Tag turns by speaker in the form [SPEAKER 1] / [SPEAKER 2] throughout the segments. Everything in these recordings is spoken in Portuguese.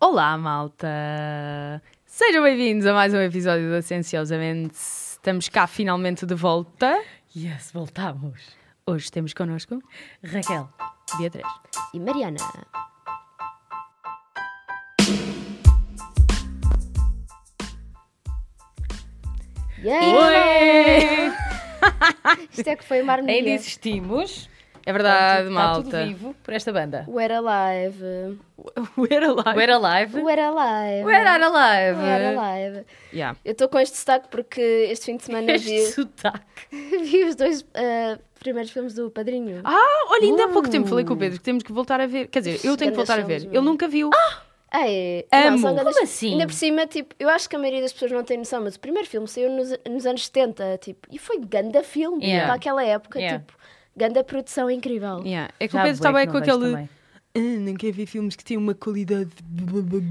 [SPEAKER 1] Olá, malta! Sejam bem-vindos a mais um episódio do Essenciosamente. Estamos cá finalmente de volta.
[SPEAKER 2] Yes, voltamos.
[SPEAKER 1] Hoje temos connosco
[SPEAKER 2] Raquel.
[SPEAKER 1] dia 3.
[SPEAKER 3] e Mariana. Yeah!
[SPEAKER 2] Oi!
[SPEAKER 3] Isto é que foi uma harmonia.
[SPEAKER 2] Ainda existimos.
[SPEAKER 1] É
[SPEAKER 2] Ah,
[SPEAKER 1] verdade,
[SPEAKER 2] Está
[SPEAKER 1] malta.
[SPEAKER 2] tudo vivo por esta banda.
[SPEAKER 3] We're alive.
[SPEAKER 1] We're alive.
[SPEAKER 2] We're Alive.
[SPEAKER 3] We're alive.
[SPEAKER 2] We're Are Alive.
[SPEAKER 3] We're alive.
[SPEAKER 1] Yeah.
[SPEAKER 3] Eu estou com este destaque porque este fim de semana
[SPEAKER 2] Este
[SPEAKER 3] vi,
[SPEAKER 2] sotaque.
[SPEAKER 3] vi os dois ah, primeiros filmes do Padrinho.
[SPEAKER 1] Ah, olha, ainda há pouco tempo falei com o Pedro que temos que voltar a ver. Quer dizer, eu tenho que
[SPEAKER 3] Grandes
[SPEAKER 1] voltar a ver.
[SPEAKER 3] filmes,
[SPEAKER 1] Ele
[SPEAKER 3] meu.
[SPEAKER 1] nunca viu.
[SPEAKER 3] Ah, é.
[SPEAKER 1] Amo.
[SPEAKER 3] Não, são grandes-
[SPEAKER 2] Como assim?
[SPEAKER 3] Ainda por cima, tipo, eu acho que a maioria das pessoas não tem noção, mas o primeiro filme saiu nos, nos anos 70, tipo, e foi ganda filme
[SPEAKER 2] Yeah.
[SPEAKER 3] para aquela época,
[SPEAKER 2] Yeah.
[SPEAKER 3] tipo, ganda produção incrível.
[SPEAKER 1] Yeah. É que
[SPEAKER 2] Já
[SPEAKER 1] o Pedro
[SPEAKER 2] bué
[SPEAKER 1] estava aí
[SPEAKER 2] que
[SPEAKER 1] com
[SPEAKER 2] não vejo
[SPEAKER 1] aquele.
[SPEAKER 2] também.
[SPEAKER 1] "Ah, não quer ver filmes que têm uma qualidade.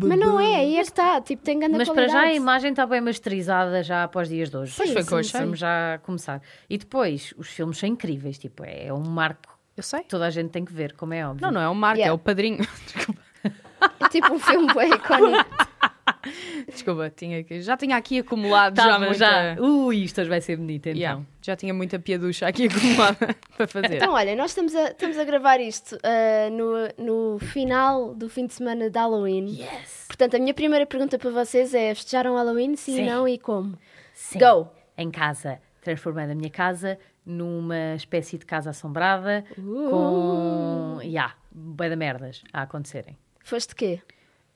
[SPEAKER 3] Mas não é, aí é que está, tipo, tem ganda
[SPEAKER 2] Mas para
[SPEAKER 3] qualidade.
[SPEAKER 2] já é a imagem está bem masterizada já após dias de hoje.
[SPEAKER 1] Pois foi o que eu
[SPEAKER 3] sim, sim.
[SPEAKER 1] achei.
[SPEAKER 2] Vamos já começar. E depois, os filmes são incríveis, tipo, é um marco
[SPEAKER 1] Eu sei.
[SPEAKER 2] que toda a gente tem que ver, como é óbvio.
[SPEAKER 1] Não, não é o Marco,
[SPEAKER 3] Yeah.
[SPEAKER 1] é o padrinho. Desculpa.
[SPEAKER 3] É tipo um filme bem icónico.
[SPEAKER 1] Desculpa, tinha que- já tinha aqui acumulado já
[SPEAKER 2] Tá,
[SPEAKER 1] muita...
[SPEAKER 2] mas já. Ui, isto hoje vai ser bonito então.
[SPEAKER 1] Yeah, já tinha muita piaducha aqui acumulada para fazer.
[SPEAKER 3] então, olha, nós estamos a, estamos a gravar isto ah, no, no final do fim de semana de Halloween.
[SPEAKER 2] Yes!
[SPEAKER 3] Portanto, a minha primeira pergunta para vocês é: festejaram Halloween? Sim,
[SPEAKER 2] Sim.
[SPEAKER 3] não e como?
[SPEAKER 2] Sim.
[SPEAKER 3] Go.
[SPEAKER 2] Em casa. Transformando a minha casa numa espécie de casa assombrada com. Ya, yeah, bué de merdas a acontecerem.
[SPEAKER 3] Foste quê?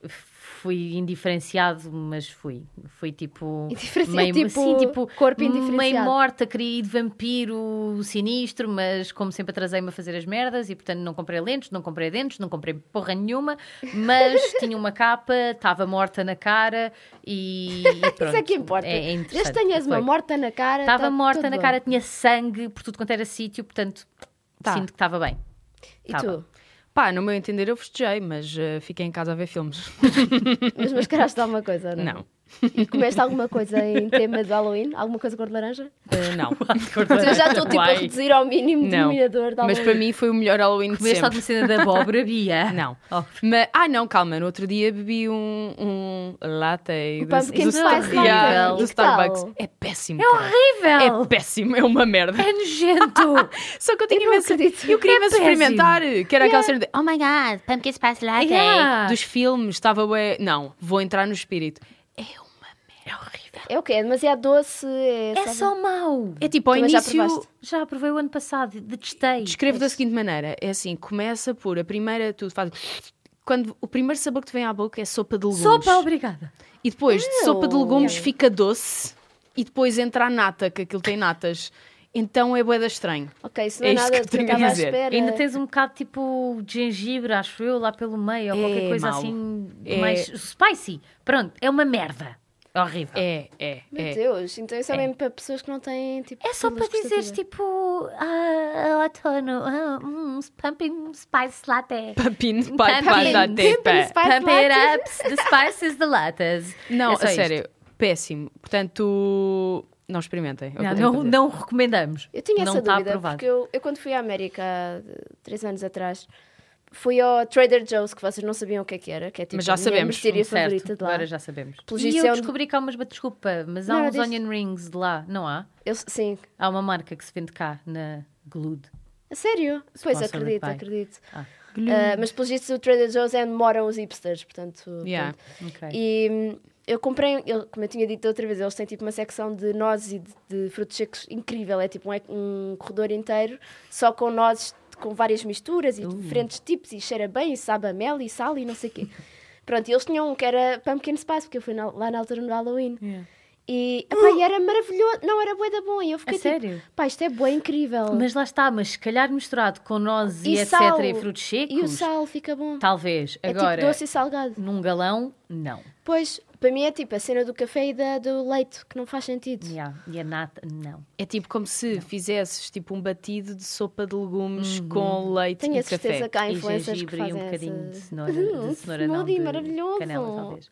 [SPEAKER 2] Fui indiferenciado, mas fui. Fui tipo.
[SPEAKER 3] Indiferenciado, tipo,
[SPEAKER 2] sim, tipo.
[SPEAKER 3] corpo
[SPEAKER 2] Meio
[SPEAKER 3] indiferenciado.
[SPEAKER 2] morta, queria ir de vampiro sinistro, mas como sempre atrasei-me a fazer as merdas e portanto não comprei lentes, não comprei dentes, não comprei porra nenhuma, mas tinha uma capa, estava morta na cara e. e
[SPEAKER 3] Isso é
[SPEAKER 2] pronto.
[SPEAKER 3] que importa.
[SPEAKER 2] É,
[SPEAKER 3] Já
[SPEAKER 2] é interessante.
[SPEAKER 3] tenhas uma
[SPEAKER 2] Foi.
[SPEAKER 3] morta na cara.
[SPEAKER 2] Estava
[SPEAKER 3] tá
[SPEAKER 2] morta
[SPEAKER 3] tudo
[SPEAKER 2] na
[SPEAKER 3] bom.
[SPEAKER 2] cara, tinha sangue por tudo quanto era sítio, portanto,
[SPEAKER 1] Tá.
[SPEAKER 2] sinto que estava bem.
[SPEAKER 3] E
[SPEAKER 2] Tá
[SPEAKER 3] tu?
[SPEAKER 1] Pá, no meu entender eu festejei, mas eh, fiquei em casa a ver filmes.
[SPEAKER 3] Mas mascaraste alguma coisa, ou não?
[SPEAKER 1] Não.
[SPEAKER 3] E comeste alguma coisa em tema de Halloween? Alguma coisa cor de laranja?
[SPEAKER 1] Eh, não.
[SPEAKER 3] Então eu já estou tipo a
[SPEAKER 2] Uai.
[SPEAKER 3] reduzir ao mínimo
[SPEAKER 1] Não.
[SPEAKER 3] denominador de Halloween.
[SPEAKER 1] Mas para mim foi o melhor Halloween de
[SPEAKER 2] Comeste
[SPEAKER 1] sempre.
[SPEAKER 2] alguma cena da abóbora, Bia?
[SPEAKER 1] Não.
[SPEAKER 2] Oh.
[SPEAKER 1] Ma- ah, não, calma. No outro dia bebi um, um latte do,
[SPEAKER 3] pumpkin
[SPEAKER 1] do,
[SPEAKER 3] spice é
[SPEAKER 1] Star-
[SPEAKER 2] latte.
[SPEAKER 1] Yeah,
[SPEAKER 2] E
[SPEAKER 1] do
[SPEAKER 3] que
[SPEAKER 1] Starbucks.
[SPEAKER 3] tal?
[SPEAKER 1] É péssimo.
[SPEAKER 2] É
[SPEAKER 1] cara.
[SPEAKER 2] horrível!
[SPEAKER 1] É péssimo, é uma merda.
[SPEAKER 2] É nojento!
[SPEAKER 1] Só que eu tinha
[SPEAKER 3] Eu não
[SPEAKER 1] imenso.
[SPEAKER 3] acredito.
[SPEAKER 1] Eu queria
[SPEAKER 2] É
[SPEAKER 1] imenso
[SPEAKER 2] péssimo.
[SPEAKER 1] experimentar, que era aquela cena de. Oh my god,
[SPEAKER 4] Pumpkin Spice Latte.
[SPEAKER 2] Yeah.
[SPEAKER 1] é. dos filmes, estava bué. Não, vou entrar no espírito. É uma merda horrível.
[SPEAKER 3] É o quê? É demasiado doce? É,
[SPEAKER 2] É
[SPEAKER 3] sabe?
[SPEAKER 2] só mau!
[SPEAKER 1] É tipo, ao
[SPEAKER 3] Também já
[SPEAKER 1] início.
[SPEAKER 3] provaste?
[SPEAKER 2] Já aprovei o ano passado, detestei.
[SPEAKER 1] Descrevo da seguinte maneira: é assim, começa por a primeira, tu faz. Quando o primeiro sabor que te vem à boca é sopa de legumes.
[SPEAKER 2] Sopa, obrigada!
[SPEAKER 1] E depois de sopa de legumes
[SPEAKER 3] Ai.
[SPEAKER 1] fica doce e depois entra a nata, que aquilo tem natas. Então é boeda estranho.
[SPEAKER 3] Ok, isso não é,
[SPEAKER 1] É isso
[SPEAKER 3] nada
[SPEAKER 1] que eu
[SPEAKER 3] do que eu
[SPEAKER 1] tenho a
[SPEAKER 3] estava à
[SPEAKER 1] dizer.
[SPEAKER 3] espera.
[SPEAKER 2] Ainda tens um bocado tipo de gengibre, acho eu, lá pelo meio, ou
[SPEAKER 1] É
[SPEAKER 2] qualquer coisa
[SPEAKER 1] mau.
[SPEAKER 2] assim
[SPEAKER 1] É-
[SPEAKER 2] mais spicy. Pronto, é uma merda. É horrível.
[SPEAKER 1] É, é,
[SPEAKER 3] Ah. Meu
[SPEAKER 1] é.
[SPEAKER 3] Deus, então isso é, mesmo para pessoas que não têm tipo.
[SPEAKER 4] É só para dizeres
[SPEAKER 3] dizer
[SPEAKER 4] tipo, ah, outono, ah, hum, pumpkin spice latte.
[SPEAKER 1] Papinho, pai,
[SPEAKER 2] Pumpkin.
[SPEAKER 1] pai, dá
[SPEAKER 3] Pumpkin
[SPEAKER 1] tempo.
[SPEAKER 3] spice
[SPEAKER 2] Pump it
[SPEAKER 3] latte.
[SPEAKER 2] up, the spices, the latas.
[SPEAKER 1] Não,
[SPEAKER 2] É
[SPEAKER 1] a
[SPEAKER 2] só isto.
[SPEAKER 1] sério, péssimo. Portanto, não experimentem. é o que eu
[SPEAKER 2] Não,
[SPEAKER 1] tenho
[SPEAKER 2] não,
[SPEAKER 1] para dizer.
[SPEAKER 2] não recomendamos.
[SPEAKER 3] Eu tinha
[SPEAKER 2] não
[SPEAKER 3] essa
[SPEAKER 2] está
[SPEAKER 3] dúvida,
[SPEAKER 2] aprovado.
[SPEAKER 3] porque eu, eu quando fui à América há eh, três anos atrás, fui ao Trader Joe's, que vocês não sabiam o que é que era, que é tipo
[SPEAKER 1] Mas já
[SPEAKER 3] a minha
[SPEAKER 1] sabemos,
[SPEAKER 3] mercearia
[SPEAKER 2] Certo,
[SPEAKER 3] favorita de lá.
[SPEAKER 2] agora já sabemos.
[SPEAKER 3] Pelo
[SPEAKER 2] e
[SPEAKER 3] visto
[SPEAKER 2] eu
[SPEAKER 3] é um-
[SPEAKER 2] descobri que há umas, desculpa, mas há
[SPEAKER 3] Não,
[SPEAKER 2] uns
[SPEAKER 3] diz.
[SPEAKER 2] onion rings de lá, não há?
[SPEAKER 3] Eu- sim,
[SPEAKER 2] Há uma marca que se vende cá, na Glued.
[SPEAKER 3] a sério? Pois,
[SPEAKER 2] Sponsored
[SPEAKER 3] acredito,
[SPEAKER 2] by.
[SPEAKER 3] acredito.
[SPEAKER 2] Ah.
[SPEAKER 3] Eh, mas pelo visto o Trader Joe's é onde moram os hipsters, portanto...
[SPEAKER 1] Yeah.
[SPEAKER 3] pronto.
[SPEAKER 2] Ok.
[SPEAKER 3] E hum, eu comprei, eu- como eu tinha dito outra vez, eles têm tipo uma secção de nozes e de, de frutos secos incrível. É tipo um, ec- um corredor inteiro só com nozes com várias misturas
[SPEAKER 2] Uh.
[SPEAKER 3] e diferentes tipos e cheira bem e sabe a mel e sal e não sei o quê. Pronto, e eles tinham um que era Pumpkin Spice, porque eu fui na- lá na altura do Halloween. E, epá, e era maravilhoso, não, era bué da bom. E eu fiquei
[SPEAKER 2] Uh! A
[SPEAKER 3] tipo,
[SPEAKER 2] sério?
[SPEAKER 3] pá, isto é bué incrível.
[SPEAKER 2] Mas lá está, mas se calhar misturado com nozes e,
[SPEAKER 3] E
[SPEAKER 2] etc.
[SPEAKER 3] sal.
[SPEAKER 2] e frutos secos,
[SPEAKER 3] e o sal fica bom.
[SPEAKER 2] talvez.
[SPEAKER 3] é
[SPEAKER 2] Agora,
[SPEAKER 3] tipo doce e salgado.
[SPEAKER 2] num galão, não.
[SPEAKER 3] Pois, para mim é tipo a cena do café e da, do leite, que não faz sentido.
[SPEAKER 2] Yeah. E a nata, não.
[SPEAKER 1] É tipo como se fizesses tipo um batido de sopa de legumes com leite
[SPEAKER 3] Tenho
[SPEAKER 1] e
[SPEAKER 3] a certeza
[SPEAKER 1] café.
[SPEAKER 3] que há
[SPEAKER 2] e
[SPEAKER 3] influencers que
[SPEAKER 2] gengibre e
[SPEAKER 3] fazem
[SPEAKER 2] um bocadinho de
[SPEAKER 3] essa...
[SPEAKER 2] cenoura, de cenoura não,
[SPEAKER 3] smoothie
[SPEAKER 2] de
[SPEAKER 3] maravilhoso.
[SPEAKER 2] canela, talvez.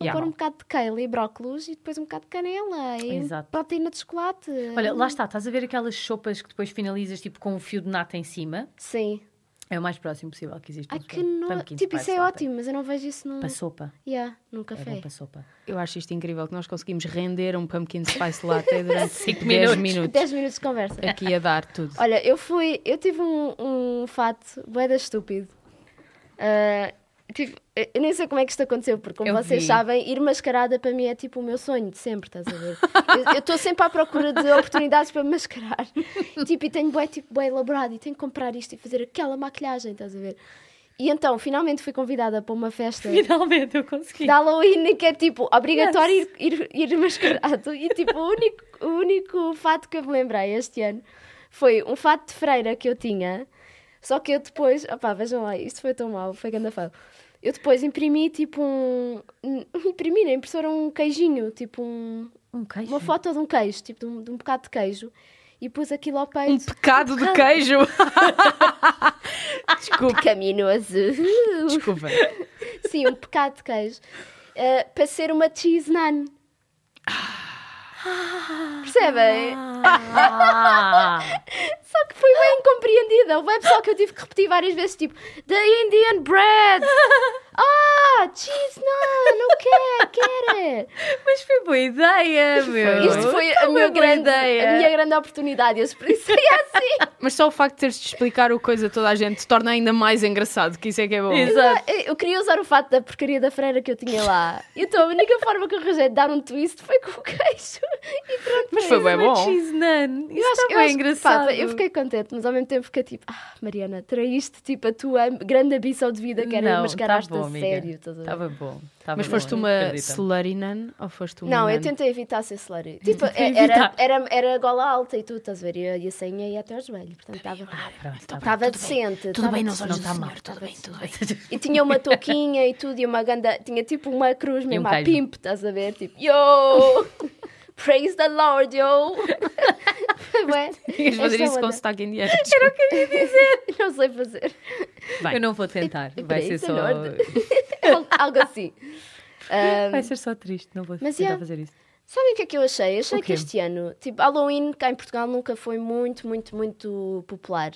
[SPEAKER 3] Vou
[SPEAKER 1] Yeah.
[SPEAKER 3] pôr um bocado de kale e brócolos e depois um bocado de canela e
[SPEAKER 2] Exato.
[SPEAKER 3] proteína de chocolate.
[SPEAKER 2] Olha, lá está, estás a ver aquelas sopas que depois finalizas tipo com um fio de nata em cima?
[SPEAKER 3] Sim.
[SPEAKER 2] É o mais próximo possível que existe.
[SPEAKER 3] Ai,
[SPEAKER 2] um
[SPEAKER 3] que no...
[SPEAKER 2] pumpkin
[SPEAKER 3] Tipo, isso
[SPEAKER 2] spice
[SPEAKER 3] é
[SPEAKER 2] latte.
[SPEAKER 3] ótimo, mas eu não vejo isso num,
[SPEAKER 2] Para sopa.
[SPEAKER 3] yeah, num
[SPEAKER 2] É
[SPEAKER 3] café.
[SPEAKER 2] bom para sopa.
[SPEAKER 1] Eu acho isto incrível que nós conseguimos render um pumpkin spice latte durante 10
[SPEAKER 2] Cinco minutos.
[SPEAKER 1] minutos.
[SPEAKER 3] 10 minutos de conversa.
[SPEAKER 1] aqui a dar tudo.
[SPEAKER 3] Olha, eu fui, eu tive um, um fato boeda estúpido. Ah, tive- eu nem sei como é que isto aconteceu, porque como
[SPEAKER 2] Eu
[SPEAKER 3] vocês
[SPEAKER 2] vi.
[SPEAKER 3] sabem, ir mascarada para mim é tipo o meu sonho de sempre, estás a ver? Eu- eu estou sempre à procura de oportunidades para me mascarar. tipo, e tenho bué, tipo, bué elaborado e tenho que comprar isto e fazer aquela maquilhagem, estás a ver? E então, finalmente fui convidada para uma festa
[SPEAKER 2] Finalmente eu consegui.
[SPEAKER 3] de Halloween em que é tipo obrigatório ir, ir, ir mascarado e tipo o único, o único fato que eu me lembrei este ano foi um fato de freira que eu tinha só que eu depois, opá vejam lá isto foi tão mau, foi gandafado eu depois imprimi tipo um um- imprimi na impressora um queijinho tipo um-
[SPEAKER 2] Um queijo.
[SPEAKER 3] uma foto de um queijo tipo de um, de um bocado de queijo e pus aquilo ao
[SPEAKER 1] Um
[SPEAKER 3] peito
[SPEAKER 1] pecado de queijo. Desculpa,
[SPEAKER 3] caminoso
[SPEAKER 1] desculpa.
[SPEAKER 3] sim, um pecado de queijo eh, para ser uma cheese naan Percebem?
[SPEAKER 2] Ah,
[SPEAKER 3] Só que foi bem incompreendida. O pessoal que eu tive que repetir várias vezes, tipo, The Indian bread! Ah, cheese não, não quer, quer!
[SPEAKER 2] mas foi boa ideia, meu.
[SPEAKER 3] Isto foi a
[SPEAKER 2] Tão
[SPEAKER 3] minha,
[SPEAKER 2] é boa
[SPEAKER 3] grande,
[SPEAKER 2] ideia.
[SPEAKER 3] a minha grande oportunidade. Eu esperei que seria assim.
[SPEAKER 1] Mas só o facto de teres de explicar o coisa a toda a gente torna ainda mais engraçado, que isso é que é bom.
[SPEAKER 2] Exato.
[SPEAKER 3] Eu queria usar o fato da porcaria da freira que eu tinha lá. Então a única forma que eu arranjei de dar um twist foi com o queijo. E pronto. é
[SPEAKER 1] Mas foi bem
[SPEAKER 2] Uma
[SPEAKER 1] bom.
[SPEAKER 2] é cheese naan.
[SPEAKER 3] Eu
[SPEAKER 2] Isso
[SPEAKER 3] acho-
[SPEAKER 2] está
[SPEAKER 3] eu
[SPEAKER 2] bem
[SPEAKER 3] acho que,
[SPEAKER 2] engraçado.
[SPEAKER 3] pá, eu fiquei contente, mas ao mesmo tempo fiquei tipo, ah, Mariana, traíste tipo a tua grande ambição de vida que era
[SPEAKER 2] Não,
[SPEAKER 3] mascarar-te
[SPEAKER 2] tá bom,
[SPEAKER 3] a
[SPEAKER 2] amiga.
[SPEAKER 3] sério. estás a ver?
[SPEAKER 2] Estava bom. tava
[SPEAKER 1] Mas
[SPEAKER 2] bom,
[SPEAKER 1] foste
[SPEAKER 2] eu
[SPEAKER 1] uma
[SPEAKER 2] acredito.
[SPEAKER 1] slutty nun ou foste uma
[SPEAKER 3] Não, eu
[SPEAKER 1] nun?
[SPEAKER 3] tentei evitar ser slurry. Tipo,
[SPEAKER 2] Tentei
[SPEAKER 3] era,
[SPEAKER 2] evitar.
[SPEAKER 3] era, era gola alta e tudo, estás a ver? E a- E a senha ia até aos joelhos. Portanto, estava
[SPEAKER 2] Pronto, tá bem.
[SPEAKER 3] estava decente.
[SPEAKER 1] Tudo bem,
[SPEAKER 3] estava
[SPEAKER 1] nós olhos
[SPEAKER 3] decente.
[SPEAKER 1] do senhor, tudo bem, tudo bem.
[SPEAKER 3] E tinha uma touquinha e tudo, e uma ganda. Tinha tipo uma cruz
[SPEAKER 1] um
[SPEAKER 3] mesmo à
[SPEAKER 2] queijo.
[SPEAKER 3] pimp, estás a ver? Tipo, yo! Praise the Lord, yo! Ué,
[SPEAKER 1] Tinhas de fazer
[SPEAKER 3] esta é
[SPEAKER 1] isso com
[SPEAKER 3] onda.
[SPEAKER 1] sotaque indiano. tipo,
[SPEAKER 3] Não sei fazer.
[SPEAKER 2] Eu não vou tentar.
[SPEAKER 3] Espera
[SPEAKER 2] Vai
[SPEAKER 3] aí,
[SPEAKER 2] ser
[SPEAKER 3] isso é
[SPEAKER 2] só.
[SPEAKER 3] Lorde. Al- Algo assim. Ahm,
[SPEAKER 2] Vai ser só triste. Não vou
[SPEAKER 3] Mas,
[SPEAKER 2] tentar
[SPEAKER 3] yeah.
[SPEAKER 2] fazer isso.
[SPEAKER 3] Sabem o que é que eu achei? Achei
[SPEAKER 2] O
[SPEAKER 3] que
[SPEAKER 2] quê?
[SPEAKER 3] este ano, tipo, Halloween cá em Portugal nunca foi muito, muito, muito popular.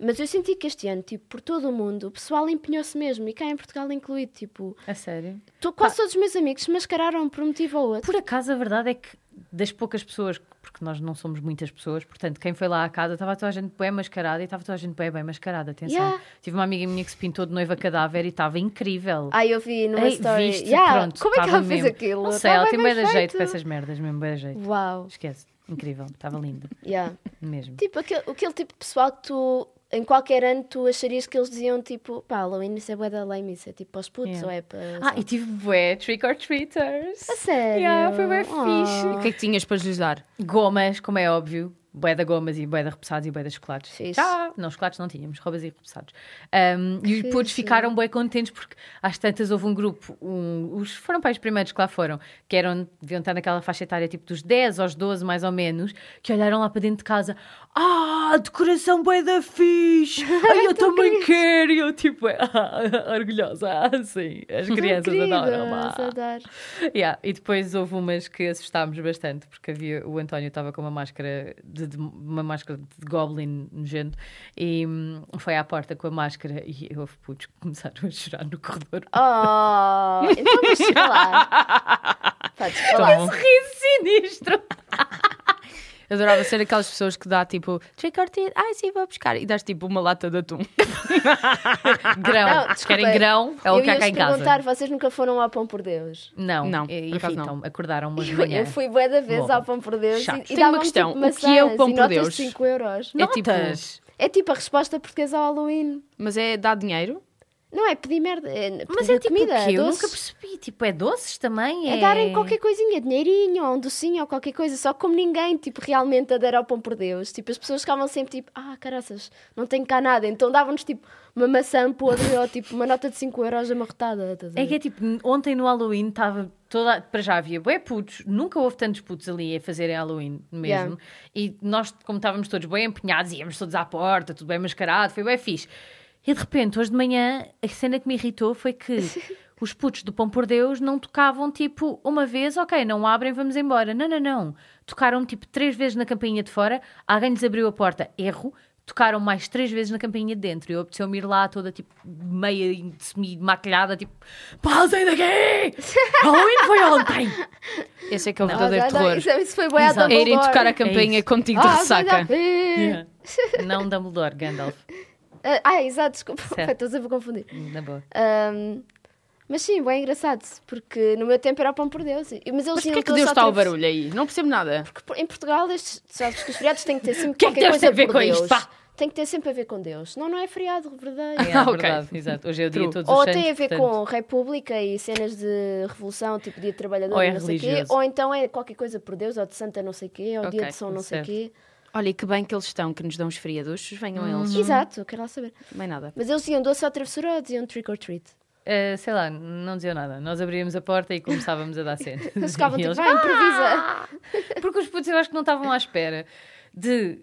[SPEAKER 3] Mas eu senti que este ano, tipo, por todo o mundo, o pessoal empenhou-se mesmo, e cá em Portugal incluído, tipo,
[SPEAKER 2] A É sério?
[SPEAKER 3] tô, quase todos os meus amigos se mascararam por um motivo ou outro.
[SPEAKER 2] Por acaso, a verdade é que das poucas pessoas, porque nós não somos muitas pessoas, portanto, quem foi lá à casa estava toda a gente bem mascarada e estava toda a gente bem, bem mascarada. Atenção.
[SPEAKER 3] Yeah.
[SPEAKER 2] Tive uma amiga minha que se pintou de noiva cadáver e estava incrível.
[SPEAKER 3] Ai, eu vi numa
[SPEAKER 2] Tipo, Ei,
[SPEAKER 3] Ah, story.
[SPEAKER 2] viste?
[SPEAKER 3] Yeah,
[SPEAKER 2] Pronto,
[SPEAKER 3] como é que
[SPEAKER 2] estava
[SPEAKER 3] ela fez
[SPEAKER 2] mesmo.
[SPEAKER 3] aquilo?
[SPEAKER 2] Não sei,
[SPEAKER 3] Tá
[SPEAKER 2] ela
[SPEAKER 3] bem
[SPEAKER 2] tem
[SPEAKER 3] bem
[SPEAKER 2] bem da jeito para
[SPEAKER 3] feito.
[SPEAKER 2] essas merdas, mesmo bem da jeito.
[SPEAKER 3] Uau.
[SPEAKER 2] Esquece. Incrível. Estava linda.
[SPEAKER 3] Yeah.
[SPEAKER 2] Mesmo.
[SPEAKER 3] Tipo, aquele, aquele tipo de pessoal que tu, em qualquer ano, tu acharias que eles diziam, tipo, pá, Halloween isso é bué da lame, isso é tipo para os putos,
[SPEAKER 2] Yeah.
[SPEAKER 3] ou é para...
[SPEAKER 2] Ah, e tive bué trick or treaters.
[SPEAKER 3] A sério? Oh, Ah.
[SPEAKER 2] Yeah, foi bem fixe.
[SPEAKER 1] O que é que tinhas para lhes dar?
[SPEAKER 2] Gomas, como é óbvio. Bué da gomas e bué da repousados e bué de chocolates.
[SPEAKER 3] Fixe.
[SPEAKER 2] Tá. Não, chocolates não tínhamos, roubas e repousados. Um, e os putos ficaram bué contentes porque às tantas houve um grupo, um, os, foram para os primeiros que lá foram, que eram, deviam estar naquela faixa etária tipo dos 10 aos 12 mais ou menos, que olharam lá para dentro de casa, ah, decoração bué da fixe, ai eu também quero, e eu tipo, ah, orgulhosa, ah, sim, as crianças
[SPEAKER 3] é Incrível, é
[SPEAKER 2] adoram, ah.
[SPEAKER 3] adoro.
[SPEAKER 2] Yeah, E depois houve umas que assustámos bastante, porque havia, o António estava com uma máscara de, de- uma máscara de goblin nojento e hum, foi à porta com a máscara e houve putos que começaram a chorar no corredor. Ah,
[SPEAKER 3] Oh, então vamos falar. Podes falar.
[SPEAKER 1] Então,
[SPEAKER 2] Riso um sinistro!
[SPEAKER 1] eu adorava ser aquelas pessoas que dá tipo trick or treat, ai sim, vou buscar, e dás tipo uma lata de atum.
[SPEAKER 2] Grão,
[SPEAKER 3] Não, desculpa.
[SPEAKER 2] Então, querem grão? É
[SPEAKER 3] eu
[SPEAKER 2] o que há
[SPEAKER 3] ia
[SPEAKER 2] cá
[SPEAKER 3] vos
[SPEAKER 2] em casa.
[SPEAKER 3] perguntar, vocês nunca foram ao Pão por Deus?
[SPEAKER 2] Não,
[SPEAKER 1] Não,
[SPEAKER 2] e,
[SPEAKER 1] por acaso não.
[SPEAKER 2] irritam, acordaram uma de
[SPEAKER 3] Eu,
[SPEAKER 2] manhã.
[SPEAKER 3] eu fui bué da vez
[SPEAKER 2] Bom.
[SPEAKER 3] ao Pão por Deus
[SPEAKER 2] Chato.
[SPEAKER 3] e, e
[SPEAKER 1] Tenho uma
[SPEAKER 3] davam-me,
[SPEAKER 1] questão.
[SPEAKER 3] tipo,
[SPEAKER 1] O que é o
[SPEAKER 3] maçãs
[SPEAKER 1] Pão
[SPEAKER 3] e
[SPEAKER 1] por
[SPEAKER 3] notas de
[SPEAKER 1] Deus?
[SPEAKER 3] 5 euros.
[SPEAKER 1] é tipo-
[SPEAKER 2] Notas!
[SPEAKER 3] É tipo a resposta portuguesa ao Halloween.
[SPEAKER 1] Mas é dar dinheiro?
[SPEAKER 3] Não é pedir merda, é
[SPEAKER 2] Mas
[SPEAKER 3] pedir
[SPEAKER 2] é tipo
[SPEAKER 3] comida,
[SPEAKER 2] o quê? Eu
[SPEAKER 3] doces.
[SPEAKER 2] nunca percebi. Tipo, é doces também?
[SPEAKER 3] É darem qualquer coisinha, dinheirinho ou um docinho ou qualquer coisa, só que como ninguém tipo, realmente adera ao pão por Deus. Tipo, as pessoas ficavam sempre tipo, ah, caraças, não tenho cá nada. Então davam-nos tipo uma maçã podre ou tipo uma nota de 5 euros amarrotada. estás a
[SPEAKER 2] É que
[SPEAKER 3] ver?
[SPEAKER 2] é tipo, ontem no Halloween estava toda. Para já havia bué putos, nunca houve tantos putos ali a fazerem Halloween mesmo.
[SPEAKER 3] Yeah.
[SPEAKER 2] E nós, como estávamos todos bem empenhados, íamos todos à porta, tudo bem mascarado, foi bem fixe. E de repente, hoje de manhã, a cena que me irritou foi que os putos do Pão por Deus não tocavam tipo uma vez, ok, não abrem, vamos embora. Não, não, não. Tocaram tipo três vezes na campainha de fora, alguém lhes abriu a porta, erro. tocaram mais três vezes na campainha de dentro. E eu apeteceu-me ir lá toda, tipo, meia semi-maquilhada, tipo, pausem daqui! Halloween foi ontem!
[SPEAKER 1] Esse é que é o
[SPEAKER 3] Ah,
[SPEAKER 1] verdadeiro
[SPEAKER 3] já dá-
[SPEAKER 1] terror.
[SPEAKER 3] Isso, isso foi boiado
[SPEAKER 2] Exato.
[SPEAKER 1] É irem
[SPEAKER 3] Dumbledore.
[SPEAKER 1] tocar a campainha
[SPEAKER 2] isso.
[SPEAKER 1] contigo de
[SPEAKER 3] Ah, já dá-
[SPEAKER 1] ressaca.
[SPEAKER 3] Eh.
[SPEAKER 2] Não Dumbledore, Gandalf.
[SPEAKER 3] Ah, Ah, exato, desculpa.
[SPEAKER 2] Certo.
[SPEAKER 3] Estou a confundir.
[SPEAKER 2] Na boa.
[SPEAKER 3] Ahm, mas sim, bem engraçado, porque no meu tempo era o pão por Deus. E-
[SPEAKER 1] Mas
[SPEAKER 3] Mas eles iam tipo
[SPEAKER 1] porquê é que
[SPEAKER 3] todos
[SPEAKER 1] Deus
[SPEAKER 3] ao
[SPEAKER 1] está ao
[SPEAKER 3] trevo-
[SPEAKER 1] barulho aí? Não percebo nada.
[SPEAKER 3] Porque por- em Portugal, estes, sabes que os feriados têm que ter sempre
[SPEAKER 1] que é que
[SPEAKER 3] qualquer
[SPEAKER 1] Deus
[SPEAKER 3] coisa
[SPEAKER 1] tem a ver
[SPEAKER 3] por
[SPEAKER 1] com
[SPEAKER 3] Deus.
[SPEAKER 1] isto, pá? Ah,
[SPEAKER 3] Tem que ter sempre a ver com Deus. Senão não é feriado, verdadeiro.
[SPEAKER 2] É, é
[SPEAKER 1] ok.
[SPEAKER 2] verdade, exato. Hoje é o dia
[SPEAKER 1] True.
[SPEAKER 2] de todos os
[SPEAKER 3] Ou
[SPEAKER 2] santos,
[SPEAKER 3] tem a ver
[SPEAKER 2] portanto,
[SPEAKER 3] com República e cenas de revolução, tipo Dia de Trabalhador,
[SPEAKER 2] Ou é
[SPEAKER 3] não sei o quê.
[SPEAKER 2] religioso.
[SPEAKER 3] Ou então é qualquer coisa por Deus, ou de Santa não sei o quê, ou
[SPEAKER 1] Ok,
[SPEAKER 3] Dia de São não
[SPEAKER 2] certo.
[SPEAKER 3] sei o quê.
[SPEAKER 1] Olha, e que bem que eles estão, que nos dão os feriados. Venham
[SPEAKER 3] Hum.
[SPEAKER 1] eles.
[SPEAKER 3] Exato, eu quero lá saber.
[SPEAKER 1] Bem nada.
[SPEAKER 3] Mas eles iam doce ou travessura ou diziam trick or treat?
[SPEAKER 2] eh, sei lá, não diziam nada. Nós abríamos a porta e começávamos a dar cena.
[SPEAKER 3] Eles ficavam
[SPEAKER 2] E
[SPEAKER 3] tipo,
[SPEAKER 2] eles, "Ah,
[SPEAKER 3] vai, improvisa.
[SPEAKER 2] Porque os putos eu acho que não estavam à espera de.